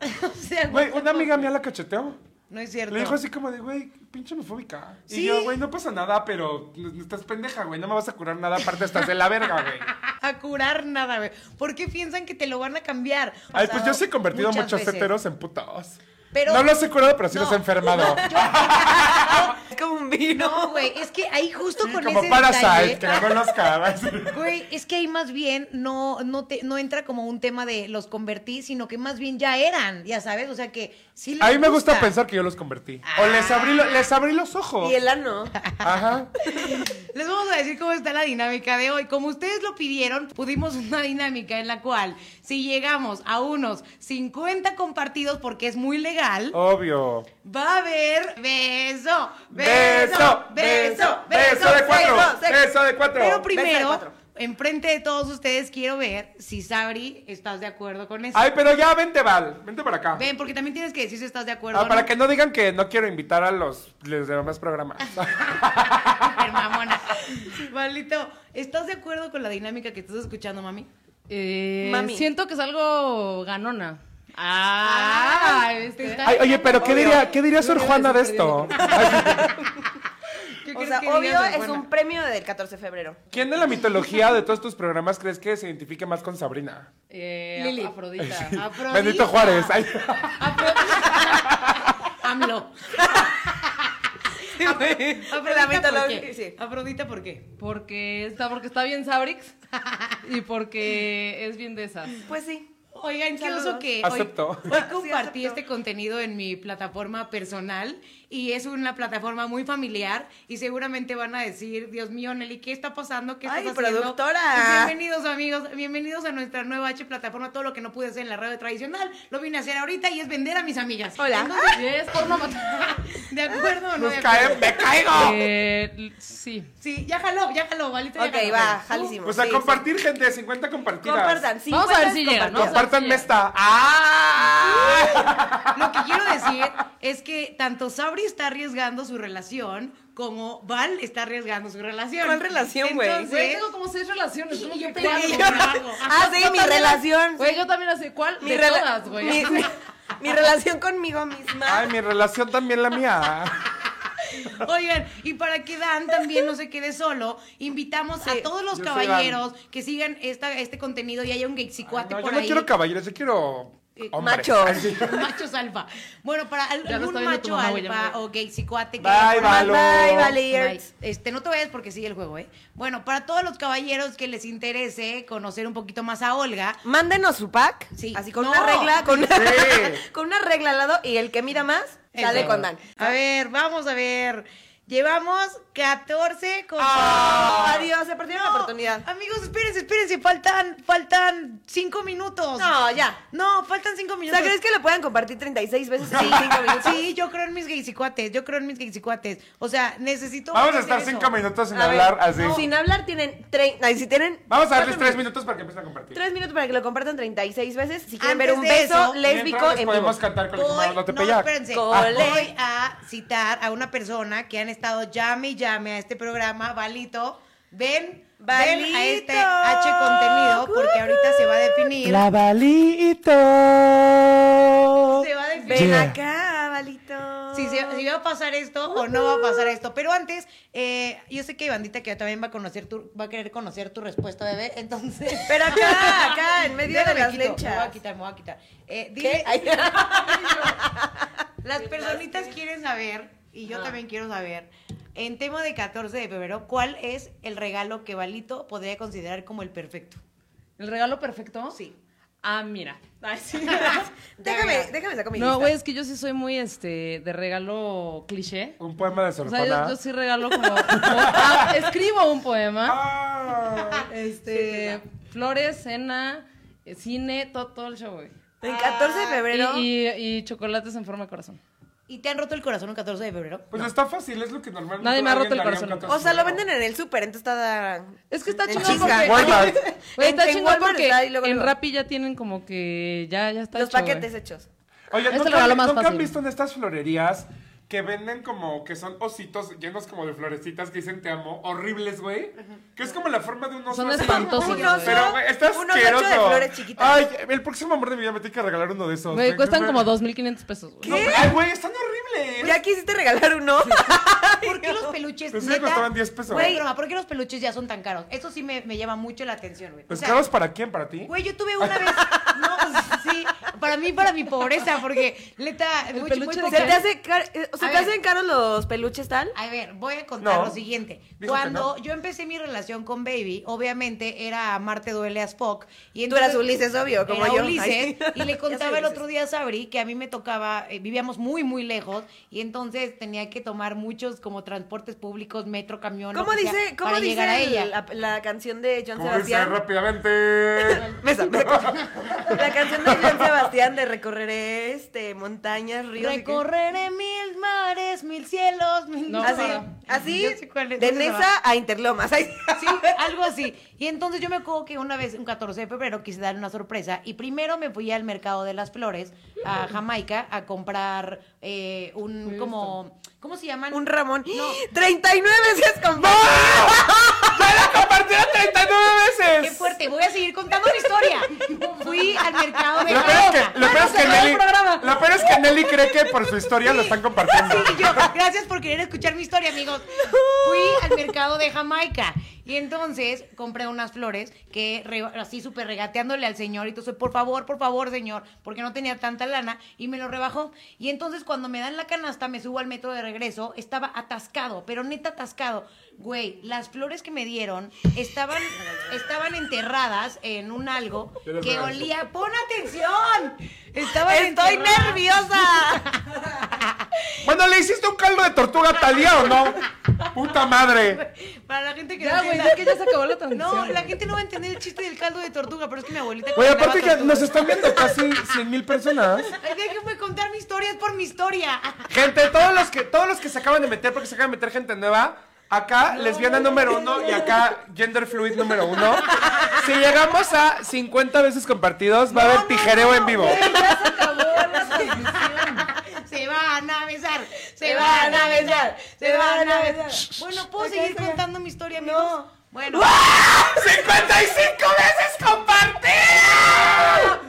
S1: O sea,
S3: Güey,
S1: güey,
S3: una amiga mía la cacheteó.
S1: No es cierto.
S3: Le dijo así como de, güey, pinche homofóbica.
S1: Sí.
S3: Y yo, güey, no pasa nada, pero n- n- estás pendeja, güey. No me vas a curar nada, aparte estás de la verga, güey.
S1: a curar nada, güey. ¿Por qué piensan que te lo van a cambiar? O
S3: Ay,
S1: sea,
S3: pues yo sí he convertido
S1: muchas
S3: muchos
S1: veces.
S3: heteros en putados.
S1: Pero-
S3: no los he curado, pero sí los he
S1: No.
S3: enfermado.
S2: Es como un vino.
S1: No, güey, es que ahí justo
S3: Sí,
S1: con
S3: como
S1: ese
S3: Parasite,
S1: detalle-
S3: que la conozca.
S1: Güey, es que ahí más bien no, no, te, no entra como un tema de los convertí, sino que más bien ya eran, ya sabes, o sea que sí les
S3: A mí me gusta pensar que yo los convertí.
S1: Ah.
S3: O les abrí, lo- les abrí los ojos.
S2: Y el ano.
S3: Ajá.
S1: Les vamos a decir cómo está la dinámica de hoy. Como ustedes lo pidieron, pudimos una dinámica en la cual si llegamos a unos 50 compartidos, porque es muy legal,
S3: Obvio.
S1: va a haber beso,
S3: Beso, beso, beso de cuatro.
S2: beso,
S3: Beso de cuatro.
S1: Pero
S2: Beso de
S1: primero,
S2: cuatro.
S1: enfrente de todos ustedes, quiero ver si Sabri estás de acuerdo con eso.
S3: Ay, pero ya vente, Val. Vente para acá.
S1: Ven, porque también tienes que decir si estás de acuerdo.
S3: Ah,
S1: o
S3: para
S1: no.
S3: que no digan que no quiero invitar a los, los demás programas.
S1: Súper mamona. Valito, ¿estás de acuerdo con la dinámica que estás escuchando, mami?
S6: Eh,
S2: Mami.
S6: Siento que es algo ganona.
S1: Ah,
S6: Ay, este,
S3: Ay, oye, pero ¿qué
S2: Obvio.
S3: diría, ¿qué diría
S6: Yo
S3: Sor
S6: creo
S3: Juana
S6: que
S3: de
S6: sí estoy
S3: esto?
S1: ¿Qué
S2: O
S1: crees
S2: sea,
S1: que
S2: obvio
S1: diría Sor
S2: es
S1: Juana?
S2: un premio del 14 de febrero.
S3: ¿Quién de la mitología de todos tus programas crees que se identifique más con Sabrina?
S6: eh,
S1: Lili.
S6: Afrodita.
S1: Afrodita.
S3: Benito Juárez. Ay.
S1: AMLO.
S6: Ah,
S2: La
S1: Afrodita, ¿por
S2: mitología,
S1: qué?
S2: sí.
S1: Afrodita, ¿por qué?
S6: Porque está, porque está bien Sabrix y porque es bien de esas.
S2: Pues sí.
S1: Oigan, qué
S2: Saludos. Ah,
S1: oso que hoy-
S3: Acepto.
S1: Hoy, compartí
S2: acepto.
S1: este contenido en mi plataforma personal y es una plataforma muy familiar y seguramente van a decir, Dios mío, Nelly, ¿qué está pasando? ¿Qué
S2: Ay,
S1: estás haciendo?"
S2: productora.
S1: Bienvenidos amigos, bienvenidos a nuestra nueva H plataforma, todo lo que no pude hacer en la radio tradicional, lo vine a hacer ahorita y es vender a mis amigas.
S2: Hola.
S1: Entonces,
S6: Y es porno matar.
S1: ¿De acuerdo o no?
S3: Nos
S1: de acuerdo?
S3: caen, ¡Me caigo!
S6: Eh, l- sí.
S1: Sí, ya jaló, ya jaló, valito. ya
S2: Ok,
S1: jaló.
S2: va,
S1: ¿Tú?
S2: jalísimo.
S3: Pues a
S2: Sí, sí.
S3: compartir, gente. 50 compartidas.
S2: Compartan.
S6: Vamos a ver si
S2: llegan,
S6: llega, ¿no?
S3: Compártanme esta. ¡Ah!
S1: Lo que quiero decir es que tanto Sabri está arriesgando su relación como Val está arriesgando su relación.
S2: ¿Cuál relación, güey?
S6: Güey,
S1: Entonces,
S6: tengo como seis relaciones. ¿cómo
S1: Y yo
S6: que
S1: tengo
S6: cuál?
S1: que-
S2: Ah, sí, mi relación.
S6: Güey, yo también así. ¿Cuál?
S2: mi,
S6: de
S2: rela-
S6: todas, güey.
S2: mi- mi- mi relación conmigo misma.
S3: Ay, mi relación también la mía.
S1: Oigan, y para que Dan también no se quede solo, invitamos a todos los
S3: Yo soy
S1: caballeros que sigan esta, este contenido y haya un gexicuate
S3: No, yo
S1: por
S3: no
S1: ahí.
S3: quiero caballeros, yo quiero
S1: Eh,
S3: hombres.
S2: macho.
S3: Ay, sí.
S1: Machos alfa. Bueno, para al-
S6: Ya lo está
S1: algún
S6: viendo tu
S1: macho
S6: mamá, güey, ya
S1: alfa
S6: me voy.
S1: o gexicuate que
S3: Bye,
S1: por-
S3: Valo.
S2: Bye, Valier.
S1: Bye. Este, no te vayas porque sigue el juego, ¿eh? Bueno, para todos los caballeros que les interese conocer un poquito más a Olga,
S2: Mándenos su pack.
S1: Sí.
S2: Así con
S1: No.
S2: una regla, con,
S3: Sí.
S2: con una regla al lado y el que mira más sale
S1: Eso.
S2: con Dan.
S1: A ver, vamos a ver. Llevamos 14 con...
S2: Ah.
S3: Ah.
S2: Adiós, se perdió la
S1: No,
S2: oportunidad.
S1: Amigos, espérense, espérense, faltan, faltan 5 minutos.
S2: No, ya.
S1: No, faltan 5
S2: O
S1: minutos.
S2: sea, ¿crees que lo puedan compartir 36 veces
S1: Sí,
S2: en 5 minutos?
S1: sí, yo creo en mis gaysicuates, yo creo en mis gaysicuates. O sea, necesito...
S3: Vamos a
S1: hacer
S3: estar
S1: eso.
S3: 5 minutos sin
S2: A ver,
S3: hablar así.
S2: no, Sin hablar tienen 30. Si tienen.
S3: Vamos a darles
S2: cuatro
S3: 3 minutos para que empiecen a compartir.
S2: 3 minutos para que lo compartan 36 veces. Si quieren
S1: Antes
S2: ver un
S1: de
S2: beso
S1: eso,
S3: Mientras
S2: lésbico
S3: les
S2: en vivo.
S3: podemos cantar con
S1: Voy-
S3: el no te
S1: no,
S3: pellac.
S1: espérense.
S2: Ah.
S1: Voy a citar a una persona que han estado llame y llame a este programa, Valito. Ven, ven
S2: Valito.
S1: a este H contenido porque ahorita se va a definir.
S3: Clavalito.
S1: Se va a definir.
S2: Ven
S3: Yeah.
S2: acá, Valito.
S1: Si, se- si va a pasar esto o no va a pasar esto. Pero antes, eh, yo sé que Bandita que también va a conocer tu, va a querer conocer tu respuesta, bebé. Entonces.
S2: Pero acá, acá, en medio
S1: Déjame
S2: de las
S1: quito, Me voy a
S2: lechas.
S1: quitar, me voy a quitar. Eh,
S2: ¿Qué?
S1: dile,
S2: Ay,
S1: Las personitas quieren saber, y
S2: Ah.
S1: yo también quiero saber, en tema de 14 de febrero, ¿cuál es el regalo que Valito podría considerar como el perfecto?
S6: ¿El regalo perfecto?
S1: Sí.
S6: Ah, mira. Ay, sí.
S2: déjame, déjame sacar mi
S6: No,
S2: lista.
S6: güey, es que yo sí soy muy este de regalo cliché.
S3: Un poema de
S6: O
S3: Sor
S6: sea, yo,
S3: Juana.
S6: yo sí regalo como. Ah, escribo un poema.
S3: Ah.
S6: Este. flores, cena, eh, cine, todo, todo el show, güey. Ah,
S2: El 14 de febrero.
S6: Y, y- y chocolates en forma de corazón.
S1: ¿Y te han roto el corazón un 14 de febrero?
S3: Pues está fácil, es lo que normalmente.
S6: Nadie me ha roto
S3: alguien
S6: el
S3: daría un
S6: corazón.
S3: 14
S2: O sea, lo
S3: de
S2: venden en el súper, entonces está.
S6: Es que está
S2: en
S6: chingón
S2: chinga.
S6: porque.
S3: Walmart.
S6: Oye,
S2: En-
S6: está
S2: en
S6: chingón
S2: Walmart
S6: porque
S2: está y luego
S6: en
S2: lo-
S6: Rappi ya tienen como que. Ya, ya está.
S2: Los
S6: hecho, güey.
S2: paquetes hechos.
S3: Oye,
S6: Este
S3: ¿nunca,
S6: regalo más
S3: nunca han
S6: fácil.
S3: visto en estas florerías que venden como que son ositos llenos como de florecitas que dicen te amo? Horribles, güey. Que es como la forma de un oso.
S6: Son
S3: así.
S6: espantosos,
S3: Un
S6: güey.
S3: oso, Pero, güey, está
S2: un oso hecho de
S3: asqueroso.
S2: flores chiquitas.
S3: Ay, el próximo amor de mi vida me tiene que regalar uno de esos.
S6: Güey,
S3: güey.
S6: cuestan
S3: No,
S6: como 2.500 pesos, güey.
S3: no, Ay, güey, están horribles.
S2: ¿Ya quisiste regalar uno?
S1: ¿Por qué los peluches,
S3: Pensé que
S1: neta?
S3: costaban 10 pesos.
S1: Güey, broma, ¿por qué los peluches ya son tan caros? Eso sí me, me llama mucho la atención, güey. O
S3: ¿Pues
S1: sea,
S3: caros para quién? ¿Para ti?
S1: Güey, yo tuve una vez. No, sí. Para mí, para mi pobreza, porque neta. muy- muy
S6: peluche de
S1: poca-
S2: ¿Se te, hace car- eh, ¿se
S1: A
S2: te
S1: ver.
S2: hacen caros los peluches tal?
S1: A ver, voy a contar
S3: No,
S1: lo siguiente.
S3: dijo que
S1: Cuando
S3: no.
S1: yo empecé mi relación con Baby, obviamente era Marte duele as fuck. Y
S2: Tú eras
S1: entonces-
S2: Ulises, obvio, como
S1: era
S2: yo.
S1: Ulises,
S2: Ay, sí.
S1: y le
S2: Ya
S1: contaba
S2: soy
S1: el otro
S2: Ulises.
S1: día a Sabri que a mí me tocaba, eh, vivíamos muy, muy lejos, y entonces tenía que tomar muchos como transportes públicos, metro, camión, lo
S2: ¿Cómo
S1: que sea,
S2: dice,
S1: pues
S2: cómo
S1: para
S2: dice
S1: llegar a
S2: el-
S1: ella.
S2: La, la canción de John
S3: Como dice
S2: Sebastián?
S3: rápidamente.
S2: Mesa, mesa. La canción de John Sebastián de recorreré este, montañas, ríos. y qué.
S1: Recorreré mil mares, mil cielos, mil
S6: No,
S2: Así,
S6: para.
S2: así,
S1: Yo sé cuál es,
S2: de
S1: no sé cuál.
S2: Nesa a Interlomas. Ay,
S1: Sí, algo así. Y entonces yo me acuerdo que una vez, un 14 de febrero, quise dar una sorpresa y primero me fui al mercado de las flores, a Jamaica, a comprar eh, un, como, ¿cómo se llaman?
S2: Un Ramón.
S1: No.
S2: 39 si es con
S3: ¡Ya la compartieron 39 veces!
S1: ¡Qué fuerte! Voy a seguir contando mi historia. Fui al mercado de
S3: Lo peor es que, lo
S2: Ah,
S3: peor es que Nelly, lo peor es que Nelly cree que por su historia lo están compartiendo.
S1: Sí, yo, gracias por querer escuchar mi historia, amigos. Fui al mercado de Jamaica y entonces compré unas flores que re- así súper regateándole al señor y entonces, por favor, por favor, señor, porque no tenía tanta lana y me lo rebajó. Y entonces cuando me dan la canasta, me subo al metro de regreso, estaba atascado, pero neta atascado. Güey, las flores que me dieron estaban, estaban enterradas en un algo
S3: Yo les
S1: que
S3: agradezco.
S1: olía. ¡Pon atención! Estaban
S2: Estoy
S1: enterradas.
S2: nerviosa.
S3: Bueno, ¿le hiciste un caldo de tortuga a Talía o no? Puta madre.
S1: Para la gente que no
S6: Ya, güey,
S1: entienda-
S6: es que ya se acabó la
S1: No,
S6: transmisión.
S1: la gente no va a entender el chiste del caldo de tortuga, pero es que mi abuelita.
S3: Güey,
S1: cocinaba
S3: aparte que
S1: tortugas.
S3: nos están viendo casi 100 mil personas.
S1: Ay, déjenme contar mi historia, es por mi historia.
S3: Gente, todos los que, todos los que se acaban de meter, porque se acaban de meter gente nueva, acá lesbiana número uno y acá gender fluid número uno. Si llegamos a 50 veces compartidos, va a haber tijereo en vivo.
S1: Se van a besar, se van a besar, se van a besar. Bueno, ¿puedo seguir contando mi historia, amigos? Bueno,
S3: ¡55 veces compartido!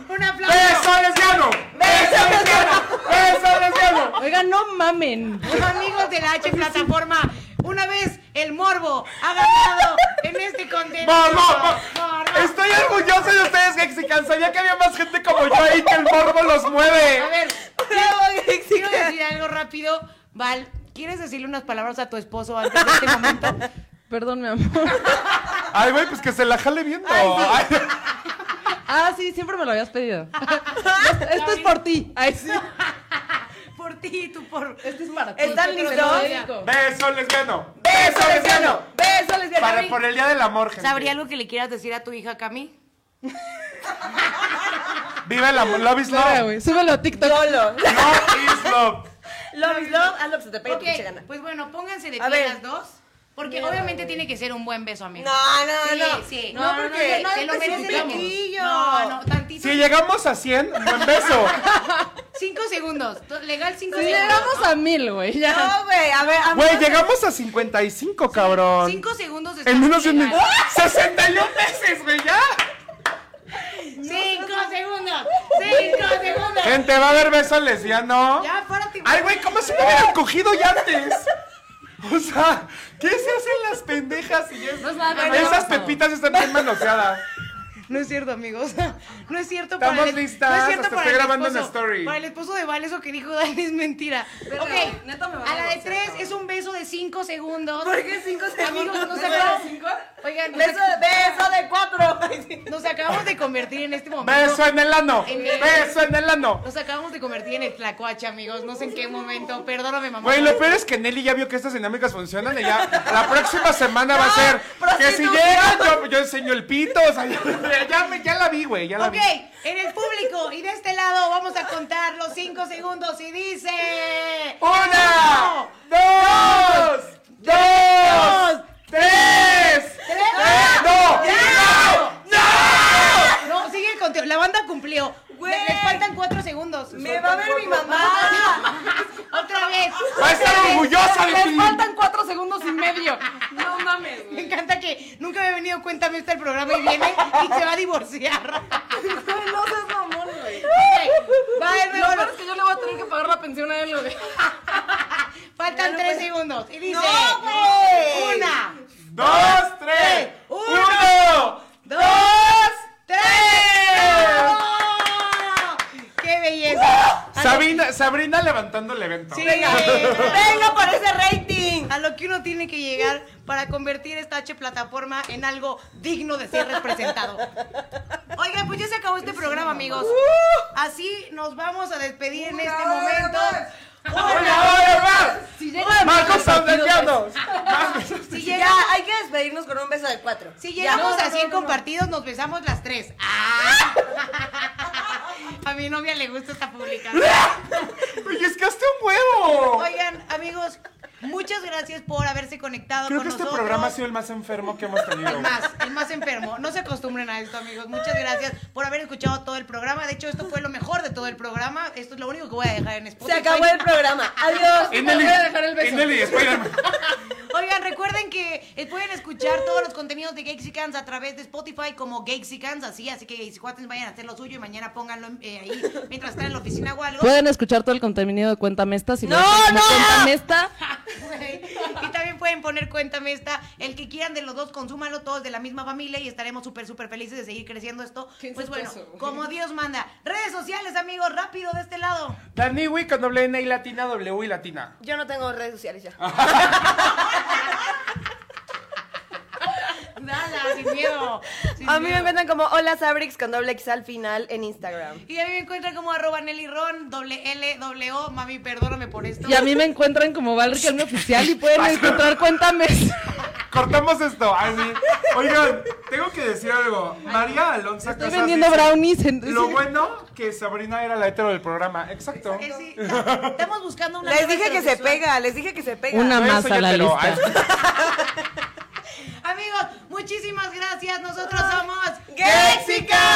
S1: un aplauso.
S3: ¡Beso lesbiano! ¡Beso lesbiano! ¡Beso lesbiano!
S6: Oigan, no mamen.
S1: Amigos de la H plataforma, una vez el morbo ha ganado en este contenido.
S3: ¡Morbo!
S1: Morbo.
S3: morbo. Estoy orgulloso de ustedes, Mexican. Sabía que había más gente como yo ahí que el morbo los
S1: A
S3: mueve.
S1: ver, quiero, quiero decir algo rápido. Val, ¿quieres decirle unas palabras a tu esposo antes de este momento?
S6: Perdón, mi amor.
S3: Ay, güey, pues que se la jale viendo. Ay,
S6: Ah, sí, siempre me lo habías pedido. Esto- Esto es por ti. Ay, sí.
S1: Por ti, tú por.
S6: Esto es para ti.
S2: ¿Están
S6: Yo te lo
S2: listos?
S6: dedico.
S3: ¡Beso lesbiano! ¡Beso lesbiano!
S2: Beso lesbiana.
S3: Para por el día del amor, gente.
S1: ¿Sabría algo que le quieras decir a tu hija, Cami?
S3: Viva el amor. Love is
S6: Espera,
S3: love.
S6: güey. Súbelo a TikTok.
S2: Lolo.
S3: Love is love.
S2: Love is love. Hazlo que se te pegue tu pinche gana.
S1: pues bueno, pónganse de
S2: A
S1: pie
S2: ver.
S1: las dos. Porque obviamente tiene que ser un buen beso, amigo.
S2: No, no,
S1: Sí,
S2: no.
S1: sí.
S2: No, porque
S1: no, te lo
S2: empecé
S1: merecemos.
S2: chiquillo.
S1: No, no, tantito.
S3: Si llegamos a 100, buen beso.
S1: Cinco segundos. To- Legal, cinco
S6: Si
S1: segundos.
S6: llegamos a mil, güey. Ya.
S2: No, güey. A ver, a
S3: Güey,
S2: mí-
S3: llegamos a 55, cabrón.
S1: Cinco segundos está
S3: En menos de un ¡Ah!
S1: legal.
S3: minuto. ¡61 veces, güey! ¡Ya!
S1: Cinco segundos. Cinco segundos.
S3: Gente, va a haber beso lesbiano.
S1: Ya, párate.
S3: Ay, güey, ¿cómo se me hubieran cogido ya antes? O sea, ¿qué se hacen las pendejas y es-
S6: No es nada, no es
S3: Esas
S6: nada.
S3: pepitas están bien manoseadas.
S1: No es cierto, amigos. No es cierto para
S3: Estamos
S1: el,
S3: listas,
S1: No es cierto
S3: hasta
S1: para
S3: estoy
S1: el
S3: grabando una
S1: esposo.
S3: story.
S1: Para el esposo de Val, eso que dijo Dan es mentira.
S6: Pero,
S1: ok,
S6: neta, me van
S1: a
S6: a
S1: la de
S6: divorciar,
S1: tres
S6: cabrón.
S1: es un beso de cinco segundos.
S2: ¿Por qué cinco segundos?
S1: Amigos, nos
S2: ¿No
S1: acabamos.
S2: era cinco?
S1: Oigan, nos,
S2: Beso, beso de cuatro.
S1: nos acabamos de convertir en este momento.
S3: Beso en el ano.
S1: En el-
S3: Beso en el ano.
S1: Nos acabamos de convertir en el tlacuache, amigos. No sé en qué momento. Perdóname, mamá.
S3: Güey, lo peor es que Nelly ya vio que estas dinámicas funcionan y ya la próxima semana va a ser que si
S2: prostitución.
S3: llegan yo, yo enseño el pito, o sea, yo- ya, ya, me- ya la vi, güey, ya la
S5: ok,
S3: vi.
S5: en el público y de este lado vamos a contar los cinco segundos y dice...
S3: ¡Una!
S5: Uno,
S3: ¡Dos! ¡Dos! ¡Tres!
S5: tres.
S3: ¡Eh, ¡No!
S5: ¡Ya!
S3: ¡No! ¡No!
S5: No, sigue el conteo. La banda cumplió.
S2: Güey.
S5: Le- Les faltan cuatro segundos.
S2: ¡Me va a ver mi mamá!
S5: Otra vez.
S3: Va a estar orgullosa
S6: pues
S3: de
S1: Les
S3: ti.
S1: faltan cuatro segundos y medio. No mames.
S5: Me encanta que nunca había venido cuéntame este el programa y viene y se va a divorciar.
S2: Güey, no seas mamón, güey.
S5: Ok, va el
S1: Lo
S5: nuevo.
S1: peor es que yo le voy a tener que pagar la pensión a él, güey.
S5: Faltan tres segundos. Y dice.
S2: ¡No, güey!
S5: Una,
S3: ¡Dos, tres!
S5: Uno,
S3: ¡Uno!
S5: dos, tres. ¡Qué belleza!
S3: Sabina, Sabrina levantando el evento.
S5: Sí.
S2: Venga, venga por ese rating.
S5: A lo que uno tiene que llegar para convertir esta H plataforma en algo digno de ser representado. Oigan, pues ya se acabó este programa, amigos.
S3: Uh.
S5: Así nos vamos a despedir en este
S2: hora
S5: momento.
S3: ¡Una hora más!
S1: Si llega
S3: ¡Marcos Sandellanos!
S5: Si
S2: Ya,
S5: llega-
S2: hay que despedirnos con un beso de cuatro.
S5: Si llegamos
S1: No,
S5: a
S1: no, no,
S5: 100
S1: no.
S5: compartidos, nos besamos las tres. ¡Ah! A mi novia le gusta esta publicación.
S3: ¡Pellizcaste un huevo!
S5: Oigan, amigos, muchas gracias por haberse conectado
S3: Creo
S5: con
S3: que este
S5: nosotros.
S3: programa ha sido el más enfermo que hemos tenido.
S5: El más, el más enfermo. No se acostumbren a esto, amigos. Muchas gracias por haber escuchado todo el programa. De hecho, esto fue lo mejor de todo el programa. Esto es lo único que voy a dejar en
S2: Se
S5: Spotify.
S2: acabó
S1: pues.
S2: el programa. Adiós.
S3: En el,
S1: Voy a dejar el beso.
S3: en el- espérame.
S5: Oigan, recuerden que eh, pueden escuchar todos los contenidos de Gexicans a través de Spotify como Gexicans, así, así que Gexicuates vayan a hacer lo suyo y mañana pónganlo eh, ahí mientras están en la oficina o algo.
S6: Pueden escuchar todo el contenido de Cuéntame Esta. Si
S2: No,
S6: lo buscan como
S2: no.
S6: Cuéntame Esta.
S5: Güey. Y también pueden poner cuéntame esta. El que quieran de los dos, consúmanlo todos de la misma familia y estaremos súper, súper felices de seguir creciendo esto.
S1: Qué
S5: Pues bueno,
S1: incestuoso.
S5: como Dios manda. Redes sociales, amigos, rápido de este lado.
S3: Dani Wi con doble N y latina, W y latina.
S2: Yo no tengo redes sociales ya.
S5: Nada, sin miedo. sin
S2: A mí me
S5: miedo.
S2: encuentran como Hola Sabrix con doble X al final en Instagram.
S5: Y a mí me encuentran como arroba Nelly Ron, doble L, doble O. Mami, perdóname por esto.
S6: Y a mí me encuentran como Val Riquelme Oficial y pueden encontrar Cuéntame Esta.
S3: Cortamos esto. Ay, sí. Oigan, tengo que decir algo. María Alonso
S6: Estoy
S3: Casas
S6: vendiendo
S3: dice,
S6: brownies. en-
S3: Lo bueno que Sabrina era la hetero del programa. Exacto.
S5: Eh, sí, ta- estamos buscando una.
S2: Les
S5: nueva
S2: dije que se
S5: heterosexual.
S2: pega, les dije que se pega.
S6: Una
S3: No, yo
S6: más
S3: soy
S6: a la
S3: hetero.
S6: lista.
S5: Amigos, muchísimas gracias. Nosotros somos.
S2: ¡Géxica!
S4: oh,